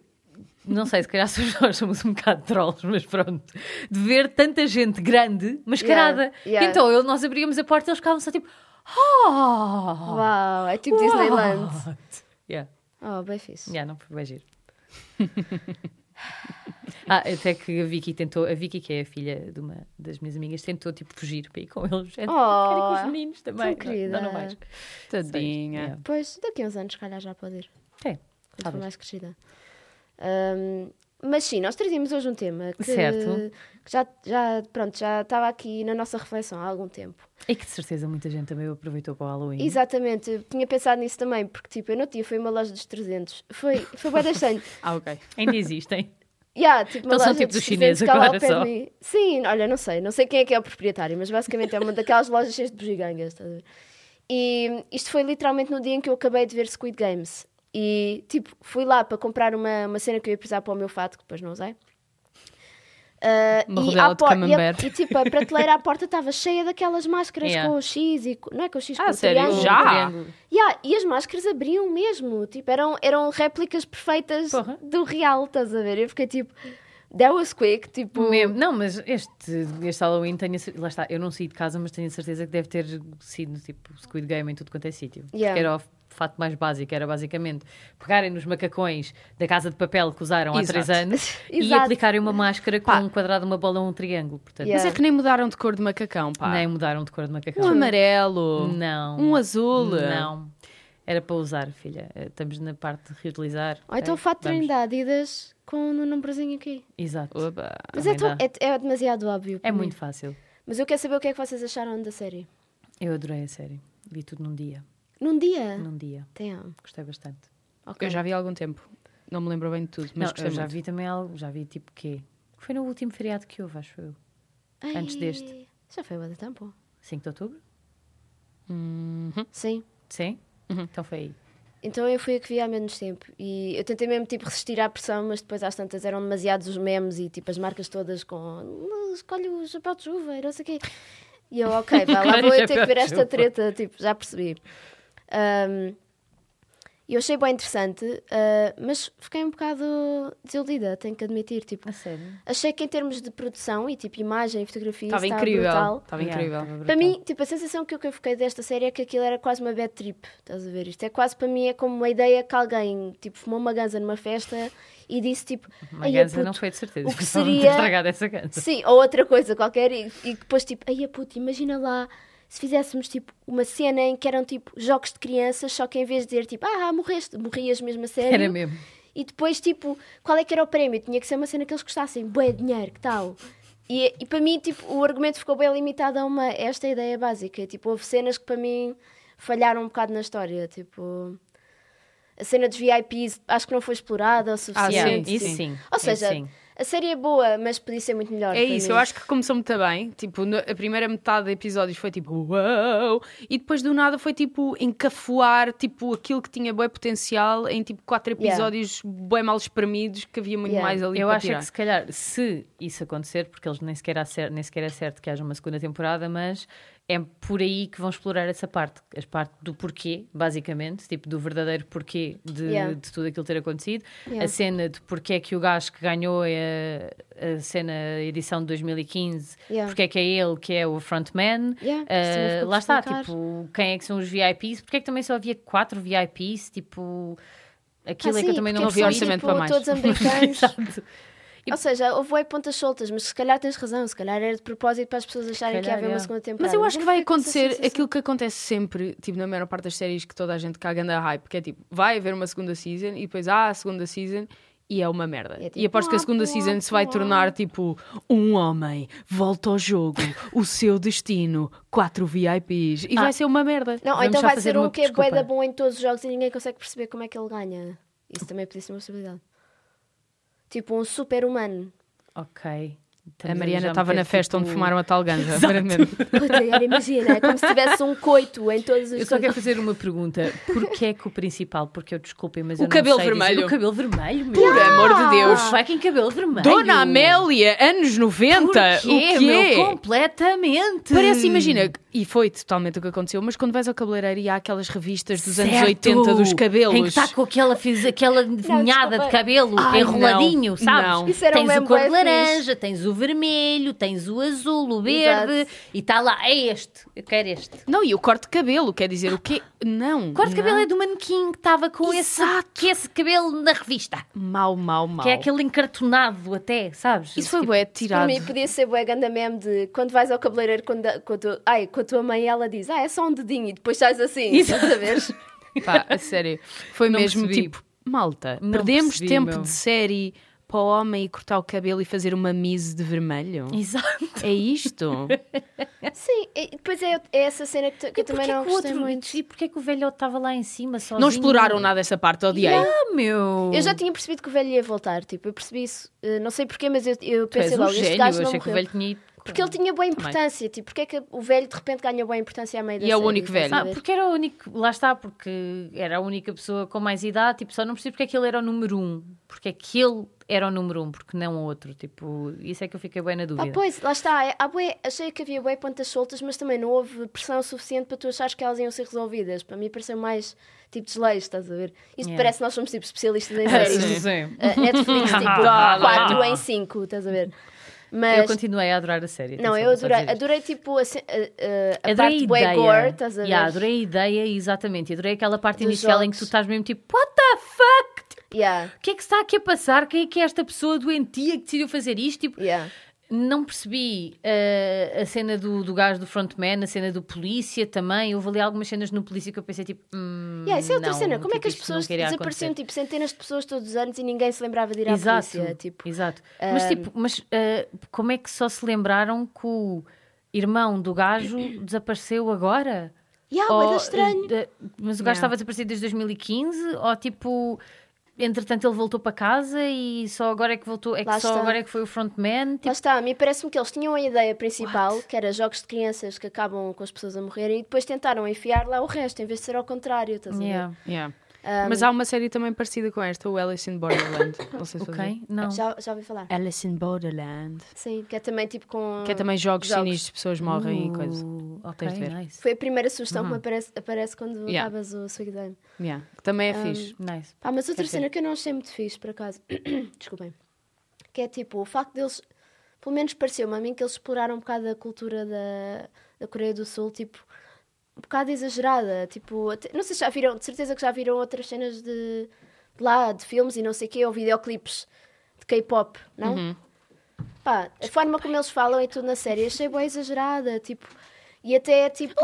[SPEAKER 2] Não sei, se calhar somos nós somos um bocado trolls, mas pronto. De ver tanta gente grande, mascarada.
[SPEAKER 3] Yeah, yeah.
[SPEAKER 2] Então eu- nós abríamos a porta e eles ficavam só tipo.
[SPEAKER 1] Ah!
[SPEAKER 2] Oh!
[SPEAKER 3] Uau, é tipo Disneyland.
[SPEAKER 2] what?" Yeah,
[SPEAKER 3] Oh, bem fixe.
[SPEAKER 2] yeah, não, foi bem giro. ah, até que a Vicky tentou, a Vicky, que é a filha de uma das minhas amigas, tentou tipo fugir para ir com eles. É, tipo,
[SPEAKER 3] Oh,
[SPEAKER 2] quero ir com os meninos também.
[SPEAKER 3] tão
[SPEAKER 2] Não, não,
[SPEAKER 3] querida.
[SPEAKER 2] não vais.
[SPEAKER 1] Tadinha.
[SPEAKER 2] Yeah.
[SPEAKER 3] Pois, daqui a uns anos, se calhar já pode ir,
[SPEAKER 2] É,
[SPEAKER 3] quando for
[SPEAKER 2] talvez.
[SPEAKER 3] mais crescida. Ahm, mas sim, nós trazíamos hoje um tema que,
[SPEAKER 2] Certo.
[SPEAKER 3] que já, já, pronto, já estava aqui na nossa reflexão há algum tempo.
[SPEAKER 2] E que de certeza muita gente também o aproveitou para o Halloween.
[SPEAKER 3] Exatamente, eu tinha pensado nisso também, porque tipo, eu não tinha, foi uma loja dos 300. Foi, foi bem deixante.
[SPEAKER 1] Ah, ok.
[SPEAKER 2] Ainda existem.
[SPEAKER 3] Yeah, tipo, uma
[SPEAKER 2] Então são
[SPEAKER 3] loja
[SPEAKER 2] tipo
[SPEAKER 3] dos
[SPEAKER 2] dos chineses
[SPEAKER 3] 300 que há lá ao
[SPEAKER 2] agora
[SPEAKER 3] pé de
[SPEAKER 2] só.
[SPEAKER 3] mim. Sim, olha, não sei, não sei quem é que é o proprietário, mas basicamente é uma daquelas lojas cheias de bugigangas. estás a ver? E isto foi literalmente no dia em que eu acabei de ver Squid Games. E tipo, fui lá para comprar uma, uma cena que eu ia precisar para o meu fato, que depois não usei. Ah,
[SPEAKER 1] Uma
[SPEAKER 3] e,
[SPEAKER 1] rodela
[SPEAKER 3] à
[SPEAKER 1] de
[SPEAKER 3] por- e, a,
[SPEAKER 1] camembert.
[SPEAKER 3] e tipo, a prateleira à porta estava cheia daquelas máscaras
[SPEAKER 2] Yeah.
[SPEAKER 3] com o X e. co- Não é com o X,
[SPEAKER 1] Ah,
[SPEAKER 3] com o
[SPEAKER 1] sério?
[SPEAKER 3] triângulo.
[SPEAKER 1] Já?
[SPEAKER 3] Yeah, e as máscaras abriam mesmo, tipo, eram, eram réplicas perfeitas
[SPEAKER 2] Porra.
[SPEAKER 3] do real, estás a ver? Eu fiquei tipo, that was quick, tipo,
[SPEAKER 2] Mesmo. Não, mas este, este Halloween tenho a cer- Lá está, eu não saí de casa, mas tenho a certeza que deve ter sido tipo Squid Game em tudo quanto é sítio.
[SPEAKER 3] Yeah.
[SPEAKER 2] Porque era o fato mais básico, era basicamente pegarem nos macacões da casa de papel que usaram há
[SPEAKER 1] Exato.
[SPEAKER 2] três anos e
[SPEAKER 3] Exato.
[SPEAKER 2] aplicarem uma máscara com
[SPEAKER 1] Pá.
[SPEAKER 2] um quadrado, uma bola ou um triângulo. Portanto,
[SPEAKER 3] Yeah.
[SPEAKER 1] Mas é que nem mudaram de cor de macacão, pá.
[SPEAKER 2] nem mudaram de cor de macacão.
[SPEAKER 1] Um amarelo.
[SPEAKER 2] Não.
[SPEAKER 1] Um azul.
[SPEAKER 2] Não. Era para usar, filha. Eh, Estamos na parte de reutilizar.
[SPEAKER 3] ou então
[SPEAKER 2] Eh,
[SPEAKER 3] o fato de treino
[SPEAKER 2] vamos.
[SPEAKER 3] da Adidas com um númerozinho aqui.
[SPEAKER 2] Exato.
[SPEAKER 1] Oba.
[SPEAKER 3] Mas é,
[SPEAKER 2] Ah, Também
[SPEAKER 3] tão,
[SPEAKER 2] dá.
[SPEAKER 3] é, é demasiado óbvio.
[SPEAKER 2] É
[SPEAKER 3] para mim.
[SPEAKER 2] muito fácil.
[SPEAKER 3] Mas eu quero saber o que é que vocês acharam da série.
[SPEAKER 2] Eu adorei a série. Vi tudo num dia.
[SPEAKER 3] Num dia?
[SPEAKER 2] Num dia.
[SPEAKER 3] Damn.
[SPEAKER 2] Gostei bastante.
[SPEAKER 3] Ok.
[SPEAKER 1] Eu já vi há algum tempo. Não me lembro bem de tudo, mas
[SPEAKER 2] Mas
[SPEAKER 1] gostei
[SPEAKER 2] eu já
[SPEAKER 1] muito.
[SPEAKER 2] vi também algo, já vi tipo quê? Foi no último feriado que houve, acho eu.
[SPEAKER 3] Ai,
[SPEAKER 2] antes deste.
[SPEAKER 3] Já foi há tempo?
[SPEAKER 2] 5 de outubro?
[SPEAKER 1] Uhum.
[SPEAKER 3] Sim.
[SPEAKER 2] Sim? Então foi aí.
[SPEAKER 3] Então eu fui a que vi há menos tempo e eu tentei mesmo tipo resistir à pressão, mas depois às tantas eram demasiados os memes e tipo as marcas todas com "Não, escolhe o chapéu de chuva e não sei o quê. E eu, ok, vá lá,
[SPEAKER 2] Escolhe
[SPEAKER 3] vou
[SPEAKER 2] o
[SPEAKER 3] eu ter
[SPEAKER 2] chapéu
[SPEAKER 3] que ver
[SPEAKER 2] de
[SPEAKER 3] esta
[SPEAKER 2] chuva.
[SPEAKER 3] treta, tipo, já percebi. Ahm, E eu achei bem interessante, ah, mas fiquei um bocado desiludida, tenho que admitir, tipo,
[SPEAKER 2] A sério?
[SPEAKER 3] achei que em termos de produção e tipo imagem e fotografia
[SPEAKER 1] Estava
[SPEAKER 3] estava
[SPEAKER 1] incrível.
[SPEAKER 3] brutal.
[SPEAKER 1] Estava
[SPEAKER 2] É
[SPEAKER 1] incrível.
[SPEAKER 3] Para mim, tipo, a sensação que eu que eu fiquei desta série é que aquilo era quase uma bad trip, estás a ver? Isto é quase, para mim, é como uma ideia que alguém, tipo, fumou uma ganza numa festa e disse, tipo...
[SPEAKER 2] Uma
[SPEAKER 3] "Ai,
[SPEAKER 2] ganza
[SPEAKER 3] puto,
[SPEAKER 2] não foi de certeza.
[SPEAKER 3] o que
[SPEAKER 2] Estava muito
[SPEAKER 3] seria-
[SPEAKER 2] estragada essa ganza.
[SPEAKER 3] Sim, ou outra coisa qualquer e, e depois, tipo, aí a puta, imagina lá se fizéssemos, tipo, uma cena em que eram, tipo, jogos de crianças, só que em vez de dizer, tipo, ah, morreste, morrias mesmo a sério.
[SPEAKER 2] Era mesmo.
[SPEAKER 3] E depois, tipo, qual é que era o prémio? Tinha que ser uma cena que eles gostassem. Bué dinheiro, que tal? E, e para mim, tipo, o argumento ficou bem limitado a uma, esta ideia básica. Tipo, houve cenas que para mim falharam um bocado na história. Tipo, a cena dos VIPs acho que não foi explorada o
[SPEAKER 1] Ah,
[SPEAKER 3] suficiente.
[SPEAKER 1] sim,
[SPEAKER 2] Yeah,
[SPEAKER 1] sim.
[SPEAKER 2] Isso sim.
[SPEAKER 3] Ou
[SPEAKER 2] isso
[SPEAKER 3] seja,
[SPEAKER 2] sim.
[SPEAKER 3] a série é boa, mas podia ser muito melhor.
[SPEAKER 1] É
[SPEAKER 3] para
[SPEAKER 1] isso,
[SPEAKER 3] mim.
[SPEAKER 1] eu acho que começou muito bem. Tipo, no- a primeira metade de episódios foi tipo uau! E depois do nada foi tipo encafuar tipo, aquilo que tinha bom potencial em tipo quatro
[SPEAKER 3] Yeah.
[SPEAKER 1] episódios bem mal espremidos que havia muito
[SPEAKER 3] Yeah.
[SPEAKER 1] mais ali
[SPEAKER 2] Eu
[SPEAKER 1] para
[SPEAKER 2] acho é
[SPEAKER 1] tirar.
[SPEAKER 2] que se calhar, se isso acontecer, porque eles nem sequer, acer- nem sequer é certo que haja uma segunda temporada, mas é por aí que vão explorar essa parte, a parte do porquê, basicamente, tipo do verdadeiro porquê de,
[SPEAKER 3] Yeah.
[SPEAKER 2] de tudo aquilo ter acontecido.
[SPEAKER 3] Yeah.
[SPEAKER 2] A cena de porque é que o gajo que ganhou é a, cena, a edição de 2015,
[SPEAKER 3] Yeah.
[SPEAKER 2] porque é que é ele que é o frontman.
[SPEAKER 3] Yeah, isso
[SPEAKER 2] Ah,
[SPEAKER 3] também ficou
[SPEAKER 2] lá está,
[SPEAKER 3] por explicar.
[SPEAKER 2] tipo, quem é que são os VIPs, porque é que também só havia quatro VIPs, tipo.
[SPEAKER 3] Ah,
[SPEAKER 2] Aquilo é
[SPEAKER 3] sim,
[SPEAKER 2] que eu também
[SPEAKER 3] Ah, porque
[SPEAKER 2] não
[SPEAKER 1] havia
[SPEAKER 3] são,
[SPEAKER 2] vi
[SPEAKER 1] orçamento
[SPEAKER 3] tipo,
[SPEAKER 1] para mais.
[SPEAKER 3] todos americanos.
[SPEAKER 2] Exato. E-
[SPEAKER 3] Ou seja, houve bué pontas soltas, mas se calhar tens razão, se calhar era de propósito para as pessoas acharem que ia
[SPEAKER 2] calhar,
[SPEAKER 3] haver uma
[SPEAKER 2] é.
[SPEAKER 3] segunda temporada.
[SPEAKER 1] Mas eu acho que
[SPEAKER 3] não é
[SPEAKER 1] vai
[SPEAKER 3] fiquei com essa
[SPEAKER 1] acontecer
[SPEAKER 3] sensação.
[SPEAKER 1] aquilo que acontece sempre, tipo, na maior parte das séries que toda a gente caga na hype, que é tipo, vai haver uma segunda season e depois há a segunda season e é uma merda.
[SPEAKER 3] E é tipo,
[SPEAKER 1] e aposto que a segunda
[SPEAKER 3] "Uá,
[SPEAKER 1] season
[SPEAKER 3] uá,
[SPEAKER 1] se vai
[SPEAKER 3] uá."
[SPEAKER 1] tornar tipo, um homem volta ao jogo, o seu destino, quatro VIPs e
[SPEAKER 2] Ah.
[SPEAKER 1] vai ser uma merda.
[SPEAKER 3] Não, ou
[SPEAKER 2] Vamos
[SPEAKER 3] então
[SPEAKER 2] já
[SPEAKER 3] vai
[SPEAKER 2] fazer
[SPEAKER 3] ser um
[SPEAKER 2] uma
[SPEAKER 3] que é bué da
[SPEAKER 2] desculpa.
[SPEAKER 3] bom em todos os jogos e ninguém consegue perceber como é que ele ganha. Isso também podia ser uma possibilidade. Tipo um super-humano.
[SPEAKER 2] Ok.
[SPEAKER 1] a Mariana estava na festa
[SPEAKER 2] tipo
[SPEAKER 1] onde fumaram a tal ganja, aparentemente.
[SPEAKER 3] Puta, agora imagina, é como se tivesse um coito em todas as
[SPEAKER 2] Eu só quero fazer uma pergunta. Porquê é que o principal, porque eu desculpem, mas
[SPEAKER 1] O
[SPEAKER 2] eu não
[SPEAKER 1] cabelo
[SPEAKER 2] sei dizer-
[SPEAKER 1] vermelho.
[SPEAKER 2] O cabelo vermelho, meu.
[SPEAKER 1] Por amor de
[SPEAKER 2] O
[SPEAKER 1] Deus.
[SPEAKER 2] fucking cabelo vermelho.
[SPEAKER 1] Dona Amélia, anos 90,
[SPEAKER 2] Porquê,
[SPEAKER 1] o quê?
[SPEAKER 2] meu? Completamente.
[SPEAKER 1] Parece, imagina, e foi totalmente o que aconteceu, mas quando vais ao cabeleireiro e há aquelas revistas dos anos
[SPEAKER 2] Certo.
[SPEAKER 1] 80 dos
[SPEAKER 2] Em que
[SPEAKER 1] cabelos.
[SPEAKER 2] está com aquela, fiz, aquela vinhada de
[SPEAKER 3] desculpa.
[SPEAKER 2] cabelo
[SPEAKER 1] Ai,
[SPEAKER 2] enroladinho,
[SPEAKER 1] não.
[SPEAKER 2] sabes?
[SPEAKER 1] Não.
[SPEAKER 3] Isso era um
[SPEAKER 2] tens o
[SPEAKER 3] meme
[SPEAKER 2] cor de
[SPEAKER 3] bué
[SPEAKER 2] laranja, tens o vermelho, tens o azul, o
[SPEAKER 3] Exato.
[SPEAKER 2] verde e está lá, é este, eu quero este.
[SPEAKER 1] Não, e o corte de cabelo, quer dizer, o quê? Não.
[SPEAKER 2] O corte de cabelo é do manequim que estava com esse,
[SPEAKER 1] Exato.
[SPEAKER 2] que esse cabelo na revista.
[SPEAKER 1] Mal, mal, mal.
[SPEAKER 2] Que é aquele encartonado até, sabes?
[SPEAKER 1] Isso foi
[SPEAKER 2] Tipo,
[SPEAKER 1] bué
[SPEAKER 3] Para
[SPEAKER 1] tirado.
[SPEAKER 3] mim podia ser bué ganda meme de quando vais ao cabeleireiro com, da- com, a tua, ai, com a tua mãe ela diz ah, é só um dedinho e depois estás assim, estás a ver?
[SPEAKER 1] Pá, a sério. Foi
[SPEAKER 2] Não
[SPEAKER 1] mesmo
[SPEAKER 2] percebi.
[SPEAKER 1] tipo, malta,
[SPEAKER 2] Não
[SPEAKER 1] perdemos
[SPEAKER 2] percebi,
[SPEAKER 1] tempo
[SPEAKER 2] meu.
[SPEAKER 1] de série para o homem ir cortar o cabelo e fazer uma mise de vermelho.
[SPEAKER 2] Exato.
[SPEAKER 1] É isto?
[SPEAKER 3] Sim, e depois é, é essa cena que, tu- que eu
[SPEAKER 2] E
[SPEAKER 3] também
[SPEAKER 2] porquê
[SPEAKER 3] não
[SPEAKER 2] que o
[SPEAKER 3] gostei
[SPEAKER 2] outro... tipo?
[SPEAKER 3] muito.
[SPEAKER 2] E porquê que o velhote estava lá em cima sozinho?
[SPEAKER 1] Não exploraram nada essa parte, odiei.
[SPEAKER 2] Ah, meu!
[SPEAKER 3] Eu já tinha percebido que o velho ia voltar, tipo, eu percebi isso, eh, não sei porquê, mas eu, eu
[SPEAKER 2] Tu és
[SPEAKER 3] pensei
[SPEAKER 2] um
[SPEAKER 3] logo, este
[SPEAKER 2] gênio,
[SPEAKER 3] gajo
[SPEAKER 2] eu
[SPEAKER 3] não
[SPEAKER 2] achei que o
[SPEAKER 3] morreu.
[SPEAKER 2] velho tinha ido.
[SPEAKER 3] Porque ele tinha boa importância, tipo, porque é que o velho de repente ganha boa importância à meio da
[SPEAKER 1] E é o
[SPEAKER 3] série,
[SPEAKER 1] único
[SPEAKER 3] estás a
[SPEAKER 1] velho.
[SPEAKER 2] Ah,
[SPEAKER 3] ver?
[SPEAKER 2] porque era o único, lá está, porque era a única pessoa com mais idade, tipo, só não percebi porque é que ele era o número um, porque é que ele era o número um, porque não o outro, tipo, isso é que eu fiquei bem na
[SPEAKER 3] Pá,
[SPEAKER 2] dúvida.
[SPEAKER 3] Ah, pois, lá está. é- há bué- achei que havia bué pontas soltas, mas também não houve pressão suficiente para tu achares que elas iam ser resolvidas. Para mim pareceu mais tipo desleixo, estás a ver? Isto
[SPEAKER 2] Yeah.
[SPEAKER 3] parece que nós somos tipo especialistas em
[SPEAKER 2] Ah,
[SPEAKER 3] séries.
[SPEAKER 2] sim. Sim.
[SPEAKER 3] Uh, Netflix, tipo,
[SPEAKER 1] Dá, dá,
[SPEAKER 3] 4
[SPEAKER 1] dá.
[SPEAKER 3] em 5, estás a ver?
[SPEAKER 2] Eu
[SPEAKER 3] Mas,
[SPEAKER 2] continuei a adorar a série.
[SPEAKER 3] não,
[SPEAKER 2] atenção,
[SPEAKER 3] eu
[SPEAKER 2] vou só
[SPEAKER 3] adorei,
[SPEAKER 2] dizer isto.
[SPEAKER 3] adorei tipo a, ce- a- a- a
[SPEAKER 2] Adorei
[SPEAKER 3] parte
[SPEAKER 2] a
[SPEAKER 3] bué
[SPEAKER 2] ideia.
[SPEAKER 3] gore, estás a ver?
[SPEAKER 2] Yeah, adorei a ideia, exatamente. Adorei aquela parte
[SPEAKER 3] Dos
[SPEAKER 2] inicial em
[SPEAKER 3] jogos.
[SPEAKER 2] que tu estás mesmo tipo, what the fuck? Tipo,
[SPEAKER 3] Yeah,
[SPEAKER 2] O que é que se está aqui a passar? Quem é que é esta pessoa doentia que decidiu fazer isto? Tipo,
[SPEAKER 3] yeah.
[SPEAKER 2] Não percebi eh, a cena do, do gajo do frontman, a cena do polícia também. Houve ali algumas cenas no polícia que eu pensei tipo. Hum,
[SPEAKER 3] Yeah, isso é outra
[SPEAKER 2] não,
[SPEAKER 3] cena. Como é
[SPEAKER 2] tipo,
[SPEAKER 3] que as
[SPEAKER 2] isto
[SPEAKER 3] pessoas
[SPEAKER 2] não queria
[SPEAKER 3] desapareciam,
[SPEAKER 2] acontecer.
[SPEAKER 3] tipo, centenas de pessoas todos os anos e ninguém se lembrava de ir à
[SPEAKER 2] Exato,
[SPEAKER 3] polícia? Tipo,
[SPEAKER 2] exato. Mas tipo, mas eh, como é que só se lembraram que o irmão do gajo desapareceu agora?
[SPEAKER 3] yeah,
[SPEAKER 2] Ou-
[SPEAKER 3] bué da Ah, é estranho.
[SPEAKER 2] eh, mas o
[SPEAKER 1] Yeah.
[SPEAKER 2] gajo estava desaparecido desde 2015 ou tipo. Entretanto, ele voltou para casa e só agora é que voltou. É que
[SPEAKER 3] Lá
[SPEAKER 2] só
[SPEAKER 3] está.
[SPEAKER 2] agora é que foi o frontman. Tipo,
[SPEAKER 3] Lá está, a mim parece-me que eles tinham a ideia principal, que era jogos de crianças que acabam com as pessoas a morrerem, e depois tentaram enfiar lá o resto, em vez de ser ao contrário, estás a ver?
[SPEAKER 2] yeah.
[SPEAKER 1] Yeah.
[SPEAKER 2] Um,
[SPEAKER 1] Mas há uma série também parecida com esta, o Alice in Borderland. Não sei se vocês-
[SPEAKER 2] Ok, não. É.
[SPEAKER 3] Já, já ouvi falar.
[SPEAKER 1] Alice in Borderland.
[SPEAKER 3] Sim, que é também tipo com.
[SPEAKER 1] Que é também jogos,
[SPEAKER 3] Jogos.
[SPEAKER 1] sinistros, pessoas morrem e coisa.
[SPEAKER 2] Uh, Ok,
[SPEAKER 1] Tens de ver.
[SPEAKER 2] nice.
[SPEAKER 3] Foi a primeira sugestão
[SPEAKER 2] Uhum.
[SPEAKER 3] que me aparece, aparece quando
[SPEAKER 1] Yeah.
[SPEAKER 3] acabas o Swig Game.
[SPEAKER 1] Yeah. que Também
[SPEAKER 2] Um,
[SPEAKER 1] é fixe.
[SPEAKER 2] Nice.
[SPEAKER 3] Pá, mas outra
[SPEAKER 2] Quer
[SPEAKER 3] cena que eu não achei muito fixe, por acaso, desculpem, que é tipo o facto deles, pelo menos pareceu-me a mim que eles exploraram um bocado a cultura da, da Coreia do Sul, tipo, um bocado exagerada. Tipo, até- não sei se já viram, de certeza que já viram outras cenas de, de lá, de filmes e não sei o quê, ou videoclipes de K-pop, não?
[SPEAKER 2] Uhum.
[SPEAKER 3] Pá, a forma como eles falam e tudo na série achei bem exagerada, tipo, e até tipo.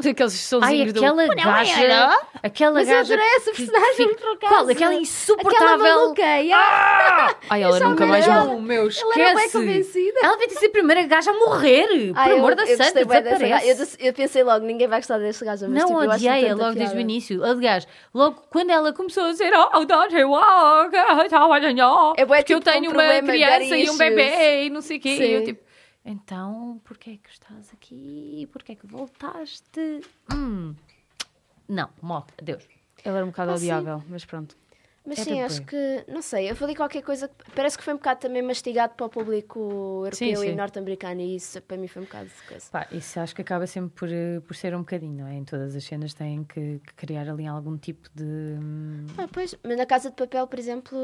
[SPEAKER 1] Aqueles
[SPEAKER 2] Ai,
[SPEAKER 1] solzinhos do...
[SPEAKER 2] aquela gaja. Aquela
[SPEAKER 3] é, Mas eu
[SPEAKER 2] gaja.
[SPEAKER 3] adorei essa
[SPEAKER 2] que- que
[SPEAKER 3] personagem,
[SPEAKER 2] fica-
[SPEAKER 3] por acaso.
[SPEAKER 2] Qual? Aquela
[SPEAKER 3] Aquela
[SPEAKER 2] insuportável.
[SPEAKER 3] maluca, yeah.
[SPEAKER 1] Ai, ela
[SPEAKER 3] Essa
[SPEAKER 1] nunca mais
[SPEAKER 3] mulher-
[SPEAKER 1] volta.
[SPEAKER 2] Não, meu,
[SPEAKER 3] ela era bem
[SPEAKER 2] esquece.
[SPEAKER 3] convencida.
[SPEAKER 2] Ela vai ter sido a primeira gaja a morrer.
[SPEAKER 3] Ah,
[SPEAKER 2] por
[SPEAKER 3] eu-
[SPEAKER 2] amor da
[SPEAKER 3] eu
[SPEAKER 2] santa,
[SPEAKER 3] gostei bué dessa gaja. Eu,
[SPEAKER 2] desaparece.
[SPEAKER 3] disse- eu pensei logo, ninguém vai gostar deste gajo. Mas,
[SPEAKER 2] Não,
[SPEAKER 3] tipo, eu acho
[SPEAKER 2] odiei-a
[SPEAKER 3] tanta
[SPEAKER 2] logo desde o
[SPEAKER 3] piada.
[SPEAKER 2] início. Aliás, logo quando ela começou a dizer Oh, don't you walk, oh, tá, olha, não,
[SPEAKER 3] É bué
[SPEAKER 2] porque eu
[SPEAKER 3] tipo
[SPEAKER 2] tenho
[SPEAKER 3] um
[SPEAKER 2] uma
[SPEAKER 3] problema,
[SPEAKER 2] criança
[SPEAKER 3] daddy
[SPEAKER 2] e um bebê e não sei o quê. E eu
[SPEAKER 3] Sim.
[SPEAKER 2] tipo, então, porquê é que estás aqui? Porquê é que voltaste? Hum. Não, morre, adeus.
[SPEAKER 1] Ela era um bocado
[SPEAKER 3] Ah, sim.
[SPEAKER 1] odiável, mas pronto.
[SPEAKER 3] Mas
[SPEAKER 2] Era
[SPEAKER 3] sim,
[SPEAKER 2] bué.
[SPEAKER 3] acho que, não sei, eu falei qualquer coisa que parece que foi um bocado também mastigado para o público europeu
[SPEAKER 1] Sim, sim.
[SPEAKER 3] e norte-americano e isso para mim foi um bocado de coisa.
[SPEAKER 2] Pá, isso acho que acaba sempre por, eh, por ser um bocadinho, não é? Em todas as cenas têm que, que criar ali algum tipo de. hum,
[SPEAKER 3] Ah, pois, mas na Casa de Papel, por exemplo,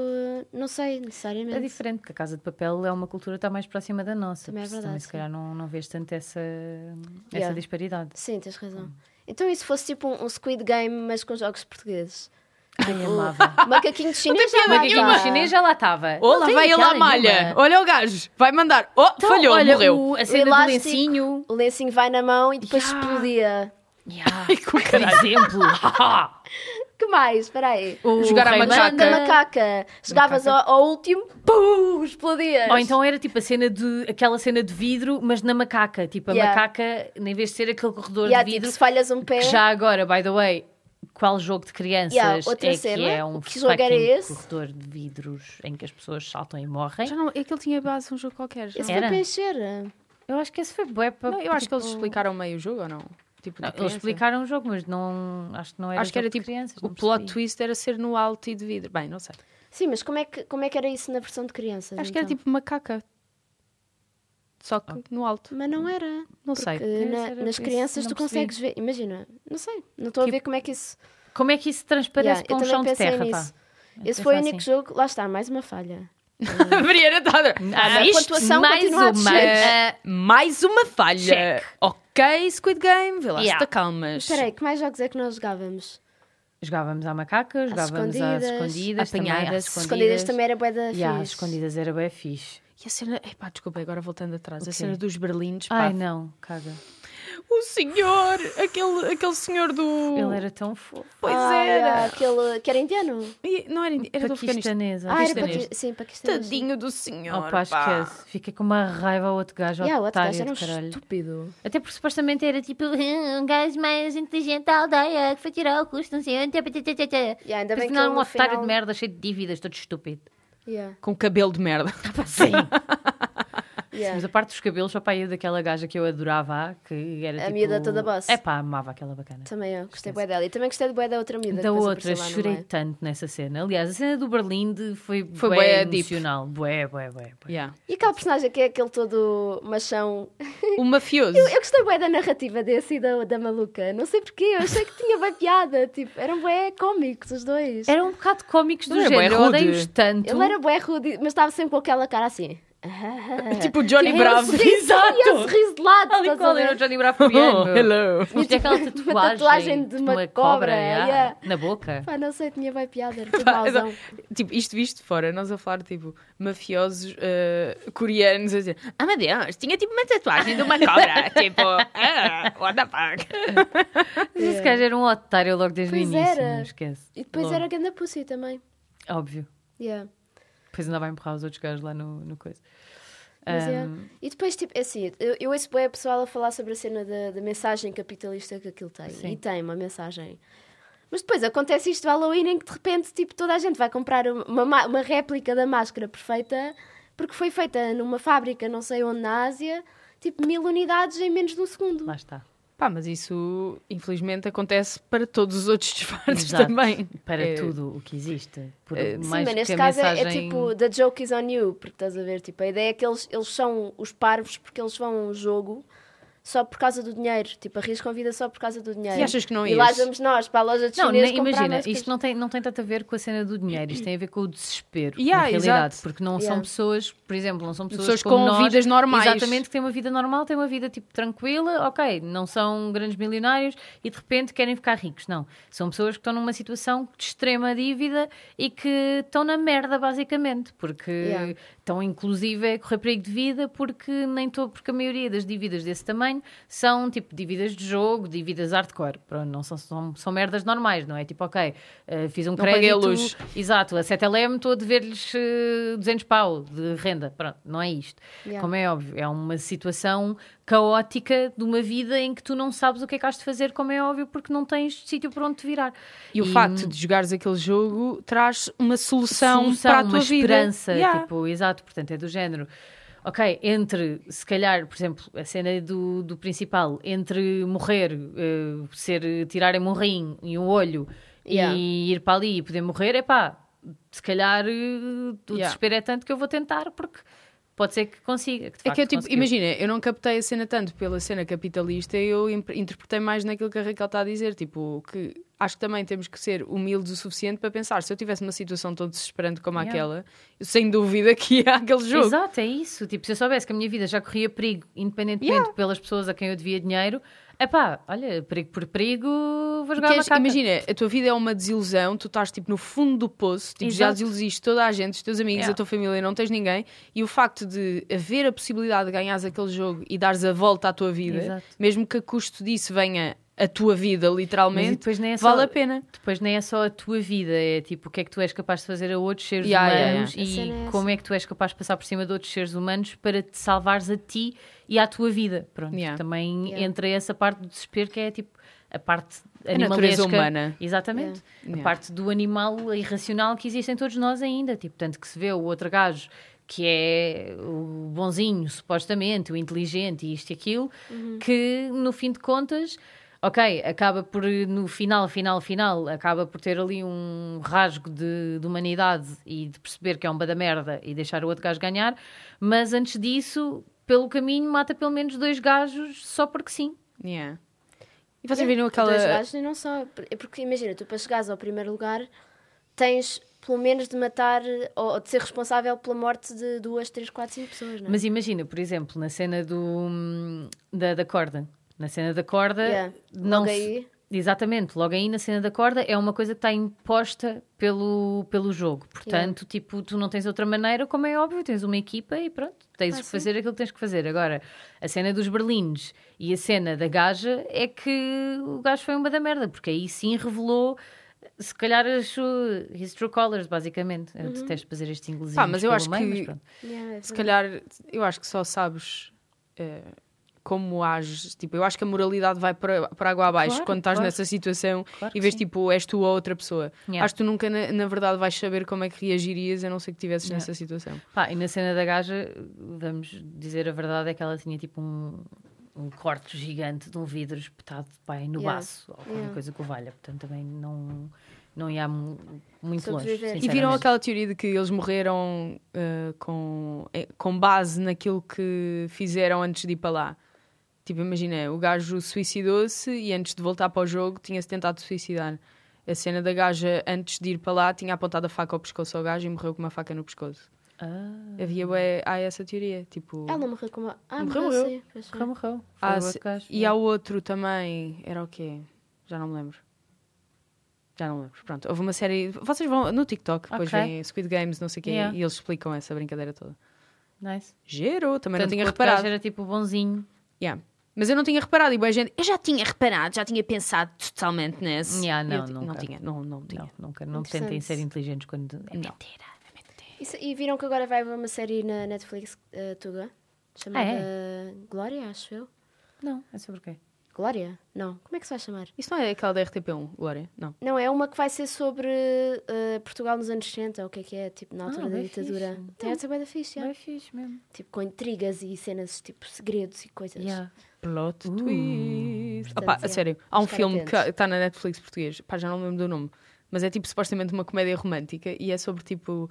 [SPEAKER 3] não sei
[SPEAKER 2] É
[SPEAKER 3] necessariamente.
[SPEAKER 2] diferente, porque a casa de papel é uma cultura que está mais próxima da nossa.
[SPEAKER 3] Também é
[SPEAKER 2] por isso
[SPEAKER 3] verdade,
[SPEAKER 2] se
[SPEAKER 3] sim.
[SPEAKER 2] calhar não, não vês tanto essa, essa
[SPEAKER 3] Yeah.
[SPEAKER 2] disparidade.
[SPEAKER 3] Sim, tens razão. Então e se fosse tipo um, um Squid Game, mas com jogos portugueses?
[SPEAKER 2] Ai, amava.
[SPEAKER 3] Macaquinho de chinês já
[SPEAKER 1] piada
[SPEAKER 3] lá
[SPEAKER 2] Macaquinho
[SPEAKER 1] nenhuma.
[SPEAKER 3] está.
[SPEAKER 2] chinês já lá estava.
[SPEAKER 1] Olha,
[SPEAKER 2] Não
[SPEAKER 1] lá
[SPEAKER 2] tem
[SPEAKER 1] vai ele à
[SPEAKER 2] piada
[SPEAKER 1] malha.
[SPEAKER 2] nenhuma.
[SPEAKER 1] Olha o gajo. Vai mandar. Oh,
[SPEAKER 2] Então,
[SPEAKER 1] falhou,
[SPEAKER 2] olha,
[SPEAKER 1] morreu.
[SPEAKER 2] o- a cena do
[SPEAKER 3] elástico.
[SPEAKER 2] lencinho.
[SPEAKER 3] O lencinho vai na mão e depois
[SPEAKER 1] Ya.
[SPEAKER 3] explodia.
[SPEAKER 2] Yeah.
[SPEAKER 1] com
[SPEAKER 2] Por exemplo.
[SPEAKER 3] Que mais? Espera aí.
[SPEAKER 2] O
[SPEAKER 1] Jogar à
[SPEAKER 2] Rei
[SPEAKER 1] macaca.
[SPEAKER 3] Da
[SPEAKER 2] Manda.
[SPEAKER 3] macaca. Chegavas ao, ao último, pum, explodias.
[SPEAKER 2] Ou então era tipo a cena de aquela cena de vidro, mas na macaca. Tipo, a
[SPEAKER 3] Yeah.
[SPEAKER 2] macaca, em vez de ser aquele corredor
[SPEAKER 3] Ya,
[SPEAKER 2] de
[SPEAKER 3] tipo,
[SPEAKER 2] vidro,
[SPEAKER 3] se falhas um pé,
[SPEAKER 2] que já agora, by the way, qual jogo de crianças
[SPEAKER 3] Yeah, outra
[SPEAKER 2] é
[SPEAKER 3] cena.
[SPEAKER 2] que é um
[SPEAKER 3] Que jogo era
[SPEAKER 2] fucking
[SPEAKER 3] esse?
[SPEAKER 2] corredor de vidros em que as pessoas saltam e morrem?
[SPEAKER 1] Já não, é que ele tinha base um jogo qualquer. já.
[SPEAKER 3] isso
[SPEAKER 2] Era.
[SPEAKER 3] foi para encher.
[SPEAKER 2] Eu acho que esse foi bué para.
[SPEAKER 1] Não, eu acho que eles
[SPEAKER 2] tipo,
[SPEAKER 1] explicaram meio o jogo ou não? Tipo, de
[SPEAKER 2] não, eles
[SPEAKER 1] criança.
[SPEAKER 2] explicaram o jogo, mas não acho que não era.
[SPEAKER 1] Acho que
[SPEAKER 2] jogo
[SPEAKER 1] era
[SPEAKER 2] de
[SPEAKER 1] tipo.
[SPEAKER 2] crianças,
[SPEAKER 1] o
[SPEAKER 2] não
[SPEAKER 1] plot
[SPEAKER 2] percebi.
[SPEAKER 1] twist era ser no alto e de vidro. Bem, não sei.
[SPEAKER 3] Sim, mas como é, que, como é que era isso na versão de crianças?
[SPEAKER 1] Acho que era
[SPEAKER 3] então?
[SPEAKER 1] tipo macaca. Só que no
[SPEAKER 2] tipo-
[SPEAKER 1] alto.
[SPEAKER 3] Mas não era.
[SPEAKER 1] Não
[SPEAKER 3] Porque
[SPEAKER 1] sei.
[SPEAKER 3] na-
[SPEAKER 2] era
[SPEAKER 3] nas
[SPEAKER 2] isso,
[SPEAKER 3] crianças
[SPEAKER 2] não
[SPEAKER 3] tu
[SPEAKER 2] percebi.
[SPEAKER 3] consegues ver. Imagina, não sei. Não estou a
[SPEAKER 2] Tipo,
[SPEAKER 3] ver como é que isso.
[SPEAKER 2] Como é que isso transparece
[SPEAKER 3] Yeah,
[SPEAKER 2] para um chão de terra, pá? Eu
[SPEAKER 3] Esse foi o
[SPEAKER 2] pensava
[SPEAKER 3] único
[SPEAKER 2] assim.
[SPEAKER 3] jogo. Lá está, mais uma falha.
[SPEAKER 1] A Mariana está.
[SPEAKER 2] Ah,
[SPEAKER 3] a
[SPEAKER 2] isto,
[SPEAKER 3] pontuação
[SPEAKER 2] mais
[SPEAKER 3] continua a
[SPEAKER 2] uma.
[SPEAKER 3] descer.
[SPEAKER 2] Ah,
[SPEAKER 1] Mais uma falha.
[SPEAKER 2] Check.
[SPEAKER 1] Ok, Squid Game, vê lá se
[SPEAKER 2] Yeah.
[SPEAKER 1] te acalmas.
[SPEAKER 3] Espera aí, que mais jogos é que nós jogávamos?
[SPEAKER 2] Jogávamos à macaca, jogávamos às
[SPEAKER 3] escondidas.
[SPEAKER 2] escondidas,
[SPEAKER 1] Apanhar
[SPEAKER 2] também, às
[SPEAKER 1] às
[SPEAKER 3] Escondidas,
[SPEAKER 2] escondidas.
[SPEAKER 3] também era bué da
[SPEAKER 2] Yeah, às
[SPEAKER 3] fixe.
[SPEAKER 2] escondidas era bem fixe.
[SPEAKER 1] E a cena. Epá, desculpa, agora voltando atrás. A
[SPEAKER 2] quê?
[SPEAKER 1] cena dos berlindes. Pá.
[SPEAKER 2] Ai não, caga.
[SPEAKER 1] O senhor, aquele, aquele senhor do.
[SPEAKER 2] Ele era tão fofo.
[SPEAKER 1] Pois
[SPEAKER 3] Ah,
[SPEAKER 1] era.
[SPEAKER 3] Aquele que era indiano.
[SPEAKER 1] E Não era, indi- era do Afeganistão.
[SPEAKER 2] Paquistanesa.
[SPEAKER 3] Ah, era
[SPEAKER 1] paquistanês.
[SPEAKER 3] paqui... Sim, paquistanês.
[SPEAKER 1] Tadinho do senhor.
[SPEAKER 2] Oh, pá,
[SPEAKER 1] pá.
[SPEAKER 2] esquece. Fiquei com uma raiva ao outro gajo,
[SPEAKER 3] Yeah, o outro
[SPEAKER 2] otário
[SPEAKER 3] gajo era um
[SPEAKER 2] de caralho.
[SPEAKER 3] estúpido.
[SPEAKER 2] Até porque supostamente era tipo...
[SPEAKER 4] Um gajo mais inteligente da aldeia que foi tirar o custo, não sei onde.
[SPEAKER 3] Yeah, ainda bem que
[SPEAKER 2] Afinal,
[SPEAKER 3] ele
[SPEAKER 2] um
[SPEAKER 3] no
[SPEAKER 2] otário
[SPEAKER 3] final...
[SPEAKER 2] de merda, cheio de dívidas, todo estúpido.
[SPEAKER 3] Yeah,
[SPEAKER 1] Com cabelo de merda.
[SPEAKER 2] Sim. Mas
[SPEAKER 3] yeah.
[SPEAKER 2] a parte dos cabelos, só para ir daquela gaja que eu adorava, que era
[SPEAKER 3] A
[SPEAKER 2] tipo...
[SPEAKER 3] miúda toda boss.
[SPEAKER 2] É pá, amava aquela bacana.
[SPEAKER 3] Também eu gostei bué dela. E também gostei de bué da outra miúda. que
[SPEAKER 2] Da
[SPEAKER 3] passou por
[SPEAKER 2] outra,
[SPEAKER 3] Solano,
[SPEAKER 2] chorei
[SPEAKER 3] não é?
[SPEAKER 2] tanto nessa cena. Aliás, a cena do Berlinde foi,
[SPEAKER 1] Foi
[SPEAKER 2] bué
[SPEAKER 1] bué deep.
[SPEAKER 2] emocional. Bué, bué, bué, bué.
[SPEAKER 1] Yeah.
[SPEAKER 3] E aquele personagem que é aquele todo machão.
[SPEAKER 1] O mafioso.
[SPEAKER 3] Eu gostei bué da narrativa desse e da, da maluca. Não sei porquê, eu achei que tinha bué piada. Tipo, eram bué cómicos os dois.
[SPEAKER 2] Eram um bocado cómicos do
[SPEAKER 1] Ele era é bué
[SPEAKER 2] género, eu
[SPEAKER 1] rude.
[SPEAKER 2] odeio-os tanto.
[SPEAKER 3] Ele era bué rude, mas estava sempre com aquela cara assim.
[SPEAKER 1] Tipo o Johnny
[SPEAKER 2] Tipo,
[SPEAKER 1] Bravo.
[SPEAKER 2] esse- Exato.
[SPEAKER 3] E esse riso de lado.
[SPEAKER 2] Ali
[SPEAKER 3] estás a
[SPEAKER 2] qual é?
[SPEAKER 3] ver?
[SPEAKER 2] era o Johnny Bravo coreano.
[SPEAKER 1] Oh, hello.
[SPEAKER 2] Mas tinha aquela
[SPEAKER 3] Uma
[SPEAKER 2] tipo tatuagem,
[SPEAKER 3] tatuagem de uma cobra,
[SPEAKER 2] yeah,
[SPEAKER 3] yeah.
[SPEAKER 2] na boca.
[SPEAKER 3] Pá, não sei, tinha bué piada. Era tipo mauzão.
[SPEAKER 1] Tipo, isto visto de fora, nós a falar, tipo, mafiosos eh, coreanos, a dizer, ah, meu Deus, tinha tipo uma tatuagem de uma cobra. tipo, ah, what the fuck.
[SPEAKER 2] Mas esse gajo é era um otário logo desde
[SPEAKER 3] Pois
[SPEAKER 2] o início,
[SPEAKER 3] era.
[SPEAKER 2] não esquece.
[SPEAKER 3] É. E depois
[SPEAKER 2] Logo.
[SPEAKER 3] era a Ganda Pussy também.
[SPEAKER 2] Óbvio.
[SPEAKER 3] Yeah.
[SPEAKER 2] Depois andava a empurrar os outros gajos lá no, no coisa.
[SPEAKER 3] Mas, é.
[SPEAKER 2] Ahm,
[SPEAKER 3] E depois, tipo, é assim, eu, eu ouço bem a pessoal a falar sobre a cena da, da mensagem capitalista que aquilo tem.
[SPEAKER 2] Sim.
[SPEAKER 3] E tem uma mensagem. Mas depois acontece isto do Halloween em que de repente, tipo, toda a gente vai comprar uma, ma- uma réplica da máscara perfeita porque foi feita numa fábrica, não sei onde, na Ásia, tipo, mil unidades em menos de um segundo.
[SPEAKER 2] Lá está.
[SPEAKER 1] Pá, mas isso, infelizmente, acontece para todos os outros disfarces
[SPEAKER 2] Exato.
[SPEAKER 1] também.
[SPEAKER 2] Para
[SPEAKER 1] É,
[SPEAKER 2] tudo o que existe. Por
[SPEAKER 1] é,
[SPEAKER 2] mais
[SPEAKER 3] Sim, mas neste
[SPEAKER 2] que a
[SPEAKER 3] caso é-
[SPEAKER 2] mensagem...
[SPEAKER 3] é tipo The Joke is on You, porque estás a ver, tipo, a ideia é que eles, eles são os parvos porque eles vão a um jogo só por causa do dinheiro, tipo, arriscam a vida só por causa do dinheiro.
[SPEAKER 1] E achas que não
[SPEAKER 3] E lá
[SPEAKER 1] ias?
[SPEAKER 3] vamos nós para a loja de
[SPEAKER 2] é Não,
[SPEAKER 3] chinês
[SPEAKER 2] nem-
[SPEAKER 3] comprar
[SPEAKER 2] imagina,
[SPEAKER 3] mais
[SPEAKER 2] isto
[SPEAKER 3] coisas.
[SPEAKER 2] não tem, não tem tanto a ver com a cena do dinheiro, isto tem a ver com o desespero,
[SPEAKER 1] Yeah,
[SPEAKER 2] na realidade,
[SPEAKER 1] exato.
[SPEAKER 2] porque não
[SPEAKER 3] Yeah.
[SPEAKER 2] são pessoas, por exemplo, não são pessoas,
[SPEAKER 1] Pessoas
[SPEAKER 2] como
[SPEAKER 1] com
[SPEAKER 2] nós,
[SPEAKER 1] vidas normais.
[SPEAKER 2] Exatamente, que têm uma vida normal, têm uma vida tipo tranquila, ok, não são grandes milionários e de repente querem ficar ricos, não. São pessoas que estão numa situação de extrema dívida e que estão na merda, basicamente, porque
[SPEAKER 3] Yeah.
[SPEAKER 2] estão inclusive a correr perigo de vida, porque nem todo, porque a maioria das dívidas desse tamanho são tipo dívidas de jogo, dívidas hardcore, pronto, não são, são, são merdas normais, não é? Tipo, ok, eh, fiz um
[SPEAKER 1] Não paguei a
[SPEAKER 2] crédito-
[SPEAKER 1] luz.
[SPEAKER 2] Exato, a 7LM estou a dever-lhes eh, 200 pau de renda. Pronto, não é isto.
[SPEAKER 3] Yeah.
[SPEAKER 2] Como é óbvio, é uma situação caótica de uma vida em que tu não sabes o que é que has de fazer, como é óbvio, porque não tens sítio para onde te virar.
[SPEAKER 1] E o facto de jogares aquele jogo traz uma solução,
[SPEAKER 2] solução,
[SPEAKER 1] para a tua
[SPEAKER 2] uma
[SPEAKER 1] vida.
[SPEAKER 2] esperança,
[SPEAKER 1] Yeah.
[SPEAKER 2] tipo, exato, portanto é do género. Ok, entre, se calhar, por exemplo, a cena do, do principal, entre morrer, eh, ser, tirarem-me um rim e um olho
[SPEAKER 3] Yeah.
[SPEAKER 2] e ir para ali e poder morrer, é pá, se calhar eh, o
[SPEAKER 1] Yeah.
[SPEAKER 2] desespero é tanto que eu vou tentar porque pode ser que consiga. que
[SPEAKER 1] É
[SPEAKER 2] de
[SPEAKER 1] que eu,
[SPEAKER 2] facto
[SPEAKER 1] tipo,
[SPEAKER 2] conseguiu.
[SPEAKER 1] imagina, eu não captei a cena tanto pela cena capitalista, eu imp- interpretei mais naquilo que a Raquel está a dizer, tipo, que acho que também temos que ser humildes o suficiente para pensar, se eu tivesse uma situação tão desesperante como
[SPEAKER 2] Yeah.
[SPEAKER 1] aquela, eu sem dúvida que ia àquele jogo.
[SPEAKER 2] Exato, é isso. Tipo, se eu soubesse que a minha vida já corria perigo, independentemente pelas pessoas a quem eu devia dinheiro, é pá, olha, perigo por perigo, vou jogar
[SPEAKER 1] Queres-
[SPEAKER 2] macaca.
[SPEAKER 1] imagina, a tua vida é uma desilusão, tu estás tipo no fundo do poço, tipo, já
[SPEAKER 2] Exato.
[SPEAKER 1] desiludiste toda a gente, os teus amigos,
[SPEAKER 2] Yeah.
[SPEAKER 1] a tua família, não tens ninguém, e o facto de haver a possibilidade de ganhares aquele jogo e dares a volta à tua vida,
[SPEAKER 2] Exato.
[SPEAKER 1] mesmo que a custo disso venha a tua vida,
[SPEAKER 2] Mas e
[SPEAKER 1] literalmente,
[SPEAKER 2] depois nem é só,
[SPEAKER 1] vale a pena.
[SPEAKER 2] Depois nem é só a tua vida, é tipo o que é que tu és capaz de fazer a outros seres
[SPEAKER 1] Yeah, yeah,
[SPEAKER 2] humanos
[SPEAKER 3] yeah. A cena
[SPEAKER 2] e
[SPEAKER 3] é
[SPEAKER 2] como é que tu és capaz de passar por cima de outros seres humanos para te salvares a ti e à tua vida. Pronto,
[SPEAKER 1] Yeah.
[SPEAKER 2] também
[SPEAKER 3] Yeah.
[SPEAKER 2] entra essa parte do desespero que é tipo a parte
[SPEAKER 1] A natureza
[SPEAKER 2] animalesca.
[SPEAKER 1] humana.
[SPEAKER 2] Exatamente.
[SPEAKER 1] Yeah.
[SPEAKER 2] A
[SPEAKER 1] Yeah.
[SPEAKER 2] parte do animal irracional que existe em todos nós ainda. Tipo, tanto que se vê o outro gajo que é o bonzinho, supostamente, o inteligente e isto e aquilo, que no fim de contas, ok, acaba por, no final, final, final, acaba por ter ali um rasgo de, de humanidade e de perceber que é um da merda e deixar o outro gajo ganhar, mas antes disso, pelo caminho, mata pelo menos dois gajos só porque sim.
[SPEAKER 1] Yeah. E vocês
[SPEAKER 3] Yeah,
[SPEAKER 1] viram
[SPEAKER 3] Dois
[SPEAKER 1] aquela.
[SPEAKER 3] gajos e não só. É porque imagina, tu para chegares ao primeiro lugar tens pelo menos de matar ou, ou de ser responsável pela morte de duas, três, quatro, cinco pessoas, não é?
[SPEAKER 2] Mas eh, imagina, por exemplo, na cena do, hum, da, da corda. Na cena da corda,
[SPEAKER 3] Yeah.
[SPEAKER 2] não
[SPEAKER 3] Logo
[SPEAKER 2] se-
[SPEAKER 3] aí-
[SPEAKER 2] Exatamente, logo aí na cena da corda é uma coisa que está imposta pelo, pelo jogo. Portanto, tipo, tu não tens outra maneira, como é óbvio, tens uma equipa e pronto,
[SPEAKER 3] Ah,
[SPEAKER 2] tens que fazer aquilo que tens que fazer. Agora, a cena dos berlins e a cena da gaja é que o gajo foi uma da merda, porque aí sim revelou. Se calhar as su- his true colors, basicamente.
[SPEAKER 3] Uhum.
[SPEAKER 2] Eu detesto fazer este inglês.
[SPEAKER 1] Pá, mas eu acho que-
[SPEAKER 3] Yeah, é
[SPEAKER 1] Se
[SPEAKER 3] verdade.
[SPEAKER 1] calhar, eu acho que só sabes eh, como ages. Tipo, eu acho que a moralidade vai para, para água abaixo
[SPEAKER 2] Claro,
[SPEAKER 1] quando estás
[SPEAKER 2] claro.
[SPEAKER 1] nessa situação e
[SPEAKER 2] Claro que
[SPEAKER 1] vês
[SPEAKER 2] sim.
[SPEAKER 1] tipo, és tu ou outra pessoa.
[SPEAKER 2] Yeah.
[SPEAKER 1] Acho que tu nunca, na, na verdade, vais saber como é que reagirias a não ser que estivesses
[SPEAKER 2] Yeah.
[SPEAKER 1] nessa situação.
[SPEAKER 2] Pá, e na cena da gaja, vamos dizer a verdade, é que ela tinha tipo um, um corte gigante de um vidro espetado pá, aí no
[SPEAKER 3] Yeah.
[SPEAKER 2] baço, ou qualquer
[SPEAKER 3] Yeah.
[SPEAKER 2] coisa que o valha. Portanto, também não, não ia mu- muito longe.
[SPEAKER 3] Sobreviver.
[SPEAKER 1] E viram
[SPEAKER 2] sinceramente.
[SPEAKER 1] aquela teoria de que eles morreram eh, com, eh, com base naquilo que fizeram antes de ir para lá? Tipo, imagina, o gajo suicidou-se e antes de voltar para o jogo tinha-se tentado suicidar. A cena da gaja antes de ir para lá tinha apontado a faca ao pescoço ao gajo e morreu com uma faca no pescoço.
[SPEAKER 2] Ah,
[SPEAKER 1] Havia bué, há essa teoria, tipo...
[SPEAKER 3] Ela morreu com uma. Ah,
[SPEAKER 1] Morreu,
[SPEAKER 3] morreu,
[SPEAKER 1] morreu.
[SPEAKER 3] sim, pois foi.
[SPEAKER 2] morreu, morreu. Foi
[SPEAKER 1] há
[SPEAKER 2] o
[SPEAKER 1] Ah,
[SPEAKER 2] né?
[SPEAKER 1] se-
[SPEAKER 2] outro gajo. é?
[SPEAKER 1] e há outro também, era o quê? Já não me lembro. Já não me lembro. Pronto, houve uma série. Vocês vão no TikTok, depois
[SPEAKER 2] Ok.
[SPEAKER 1] vêm Squid Games, não sei o quê,
[SPEAKER 2] Yeah.
[SPEAKER 1] e eles explicam essa brincadeira toda.
[SPEAKER 2] Nice.
[SPEAKER 1] Gero, também não
[SPEAKER 2] Portanto,
[SPEAKER 1] Então tinha
[SPEAKER 2] o outro gajo
[SPEAKER 1] reparado.
[SPEAKER 2] Era tipo bonzinho.
[SPEAKER 1] Yeah. Mas eu não tinha reparado, e boa gente, eu já tinha reparado, já tinha pensado totalmente nesse.
[SPEAKER 2] Yeah,
[SPEAKER 1] E eu
[SPEAKER 2] não,
[SPEAKER 1] ti- não
[SPEAKER 2] nunca.
[SPEAKER 1] tinha, não, não tinha.
[SPEAKER 2] Não, nunca, não tentem
[SPEAKER 3] Interessante.
[SPEAKER 2] ser inteligentes quando. É
[SPEAKER 1] Não.
[SPEAKER 2] mentira.
[SPEAKER 3] Isso- e viram que agora vai haver uma série na Netflix eh, Tuga chamada
[SPEAKER 2] Ah,
[SPEAKER 3] Glória, acho eu.
[SPEAKER 2] Não, é sobre o quê?
[SPEAKER 3] Glória? Não. Como é que se vai chamar?
[SPEAKER 1] Isso não é aquela da RTP1, Glória? Não.
[SPEAKER 3] Não, é uma que vai ser sobre eh, Portugal nos anos 60, ou o que é que é, tipo, na altura
[SPEAKER 2] Ah,
[SPEAKER 3] da
[SPEAKER 2] bem
[SPEAKER 3] ditadura.
[SPEAKER 2] fixe.
[SPEAKER 3] Tem essa da fixe, já.
[SPEAKER 2] É fixe mesmo.
[SPEAKER 3] Tipo, com intrigas e cenas, tipo, segredos e coisas.
[SPEAKER 2] Yeah.
[SPEAKER 1] Plot
[SPEAKER 2] Uh.
[SPEAKER 1] twist. Opa, a
[SPEAKER 3] Portanto, é.
[SPEAKER 1] sério, há um
[SPEAKER 3] Estar
[SPEAKER 1] filme que
[SPEAKER 3] atentos.
[SPEAKER 1] está na Netflix português, pá, já não me lembro do nome, mas é tipo supostamente uma comédia romântica e é sobre tipo,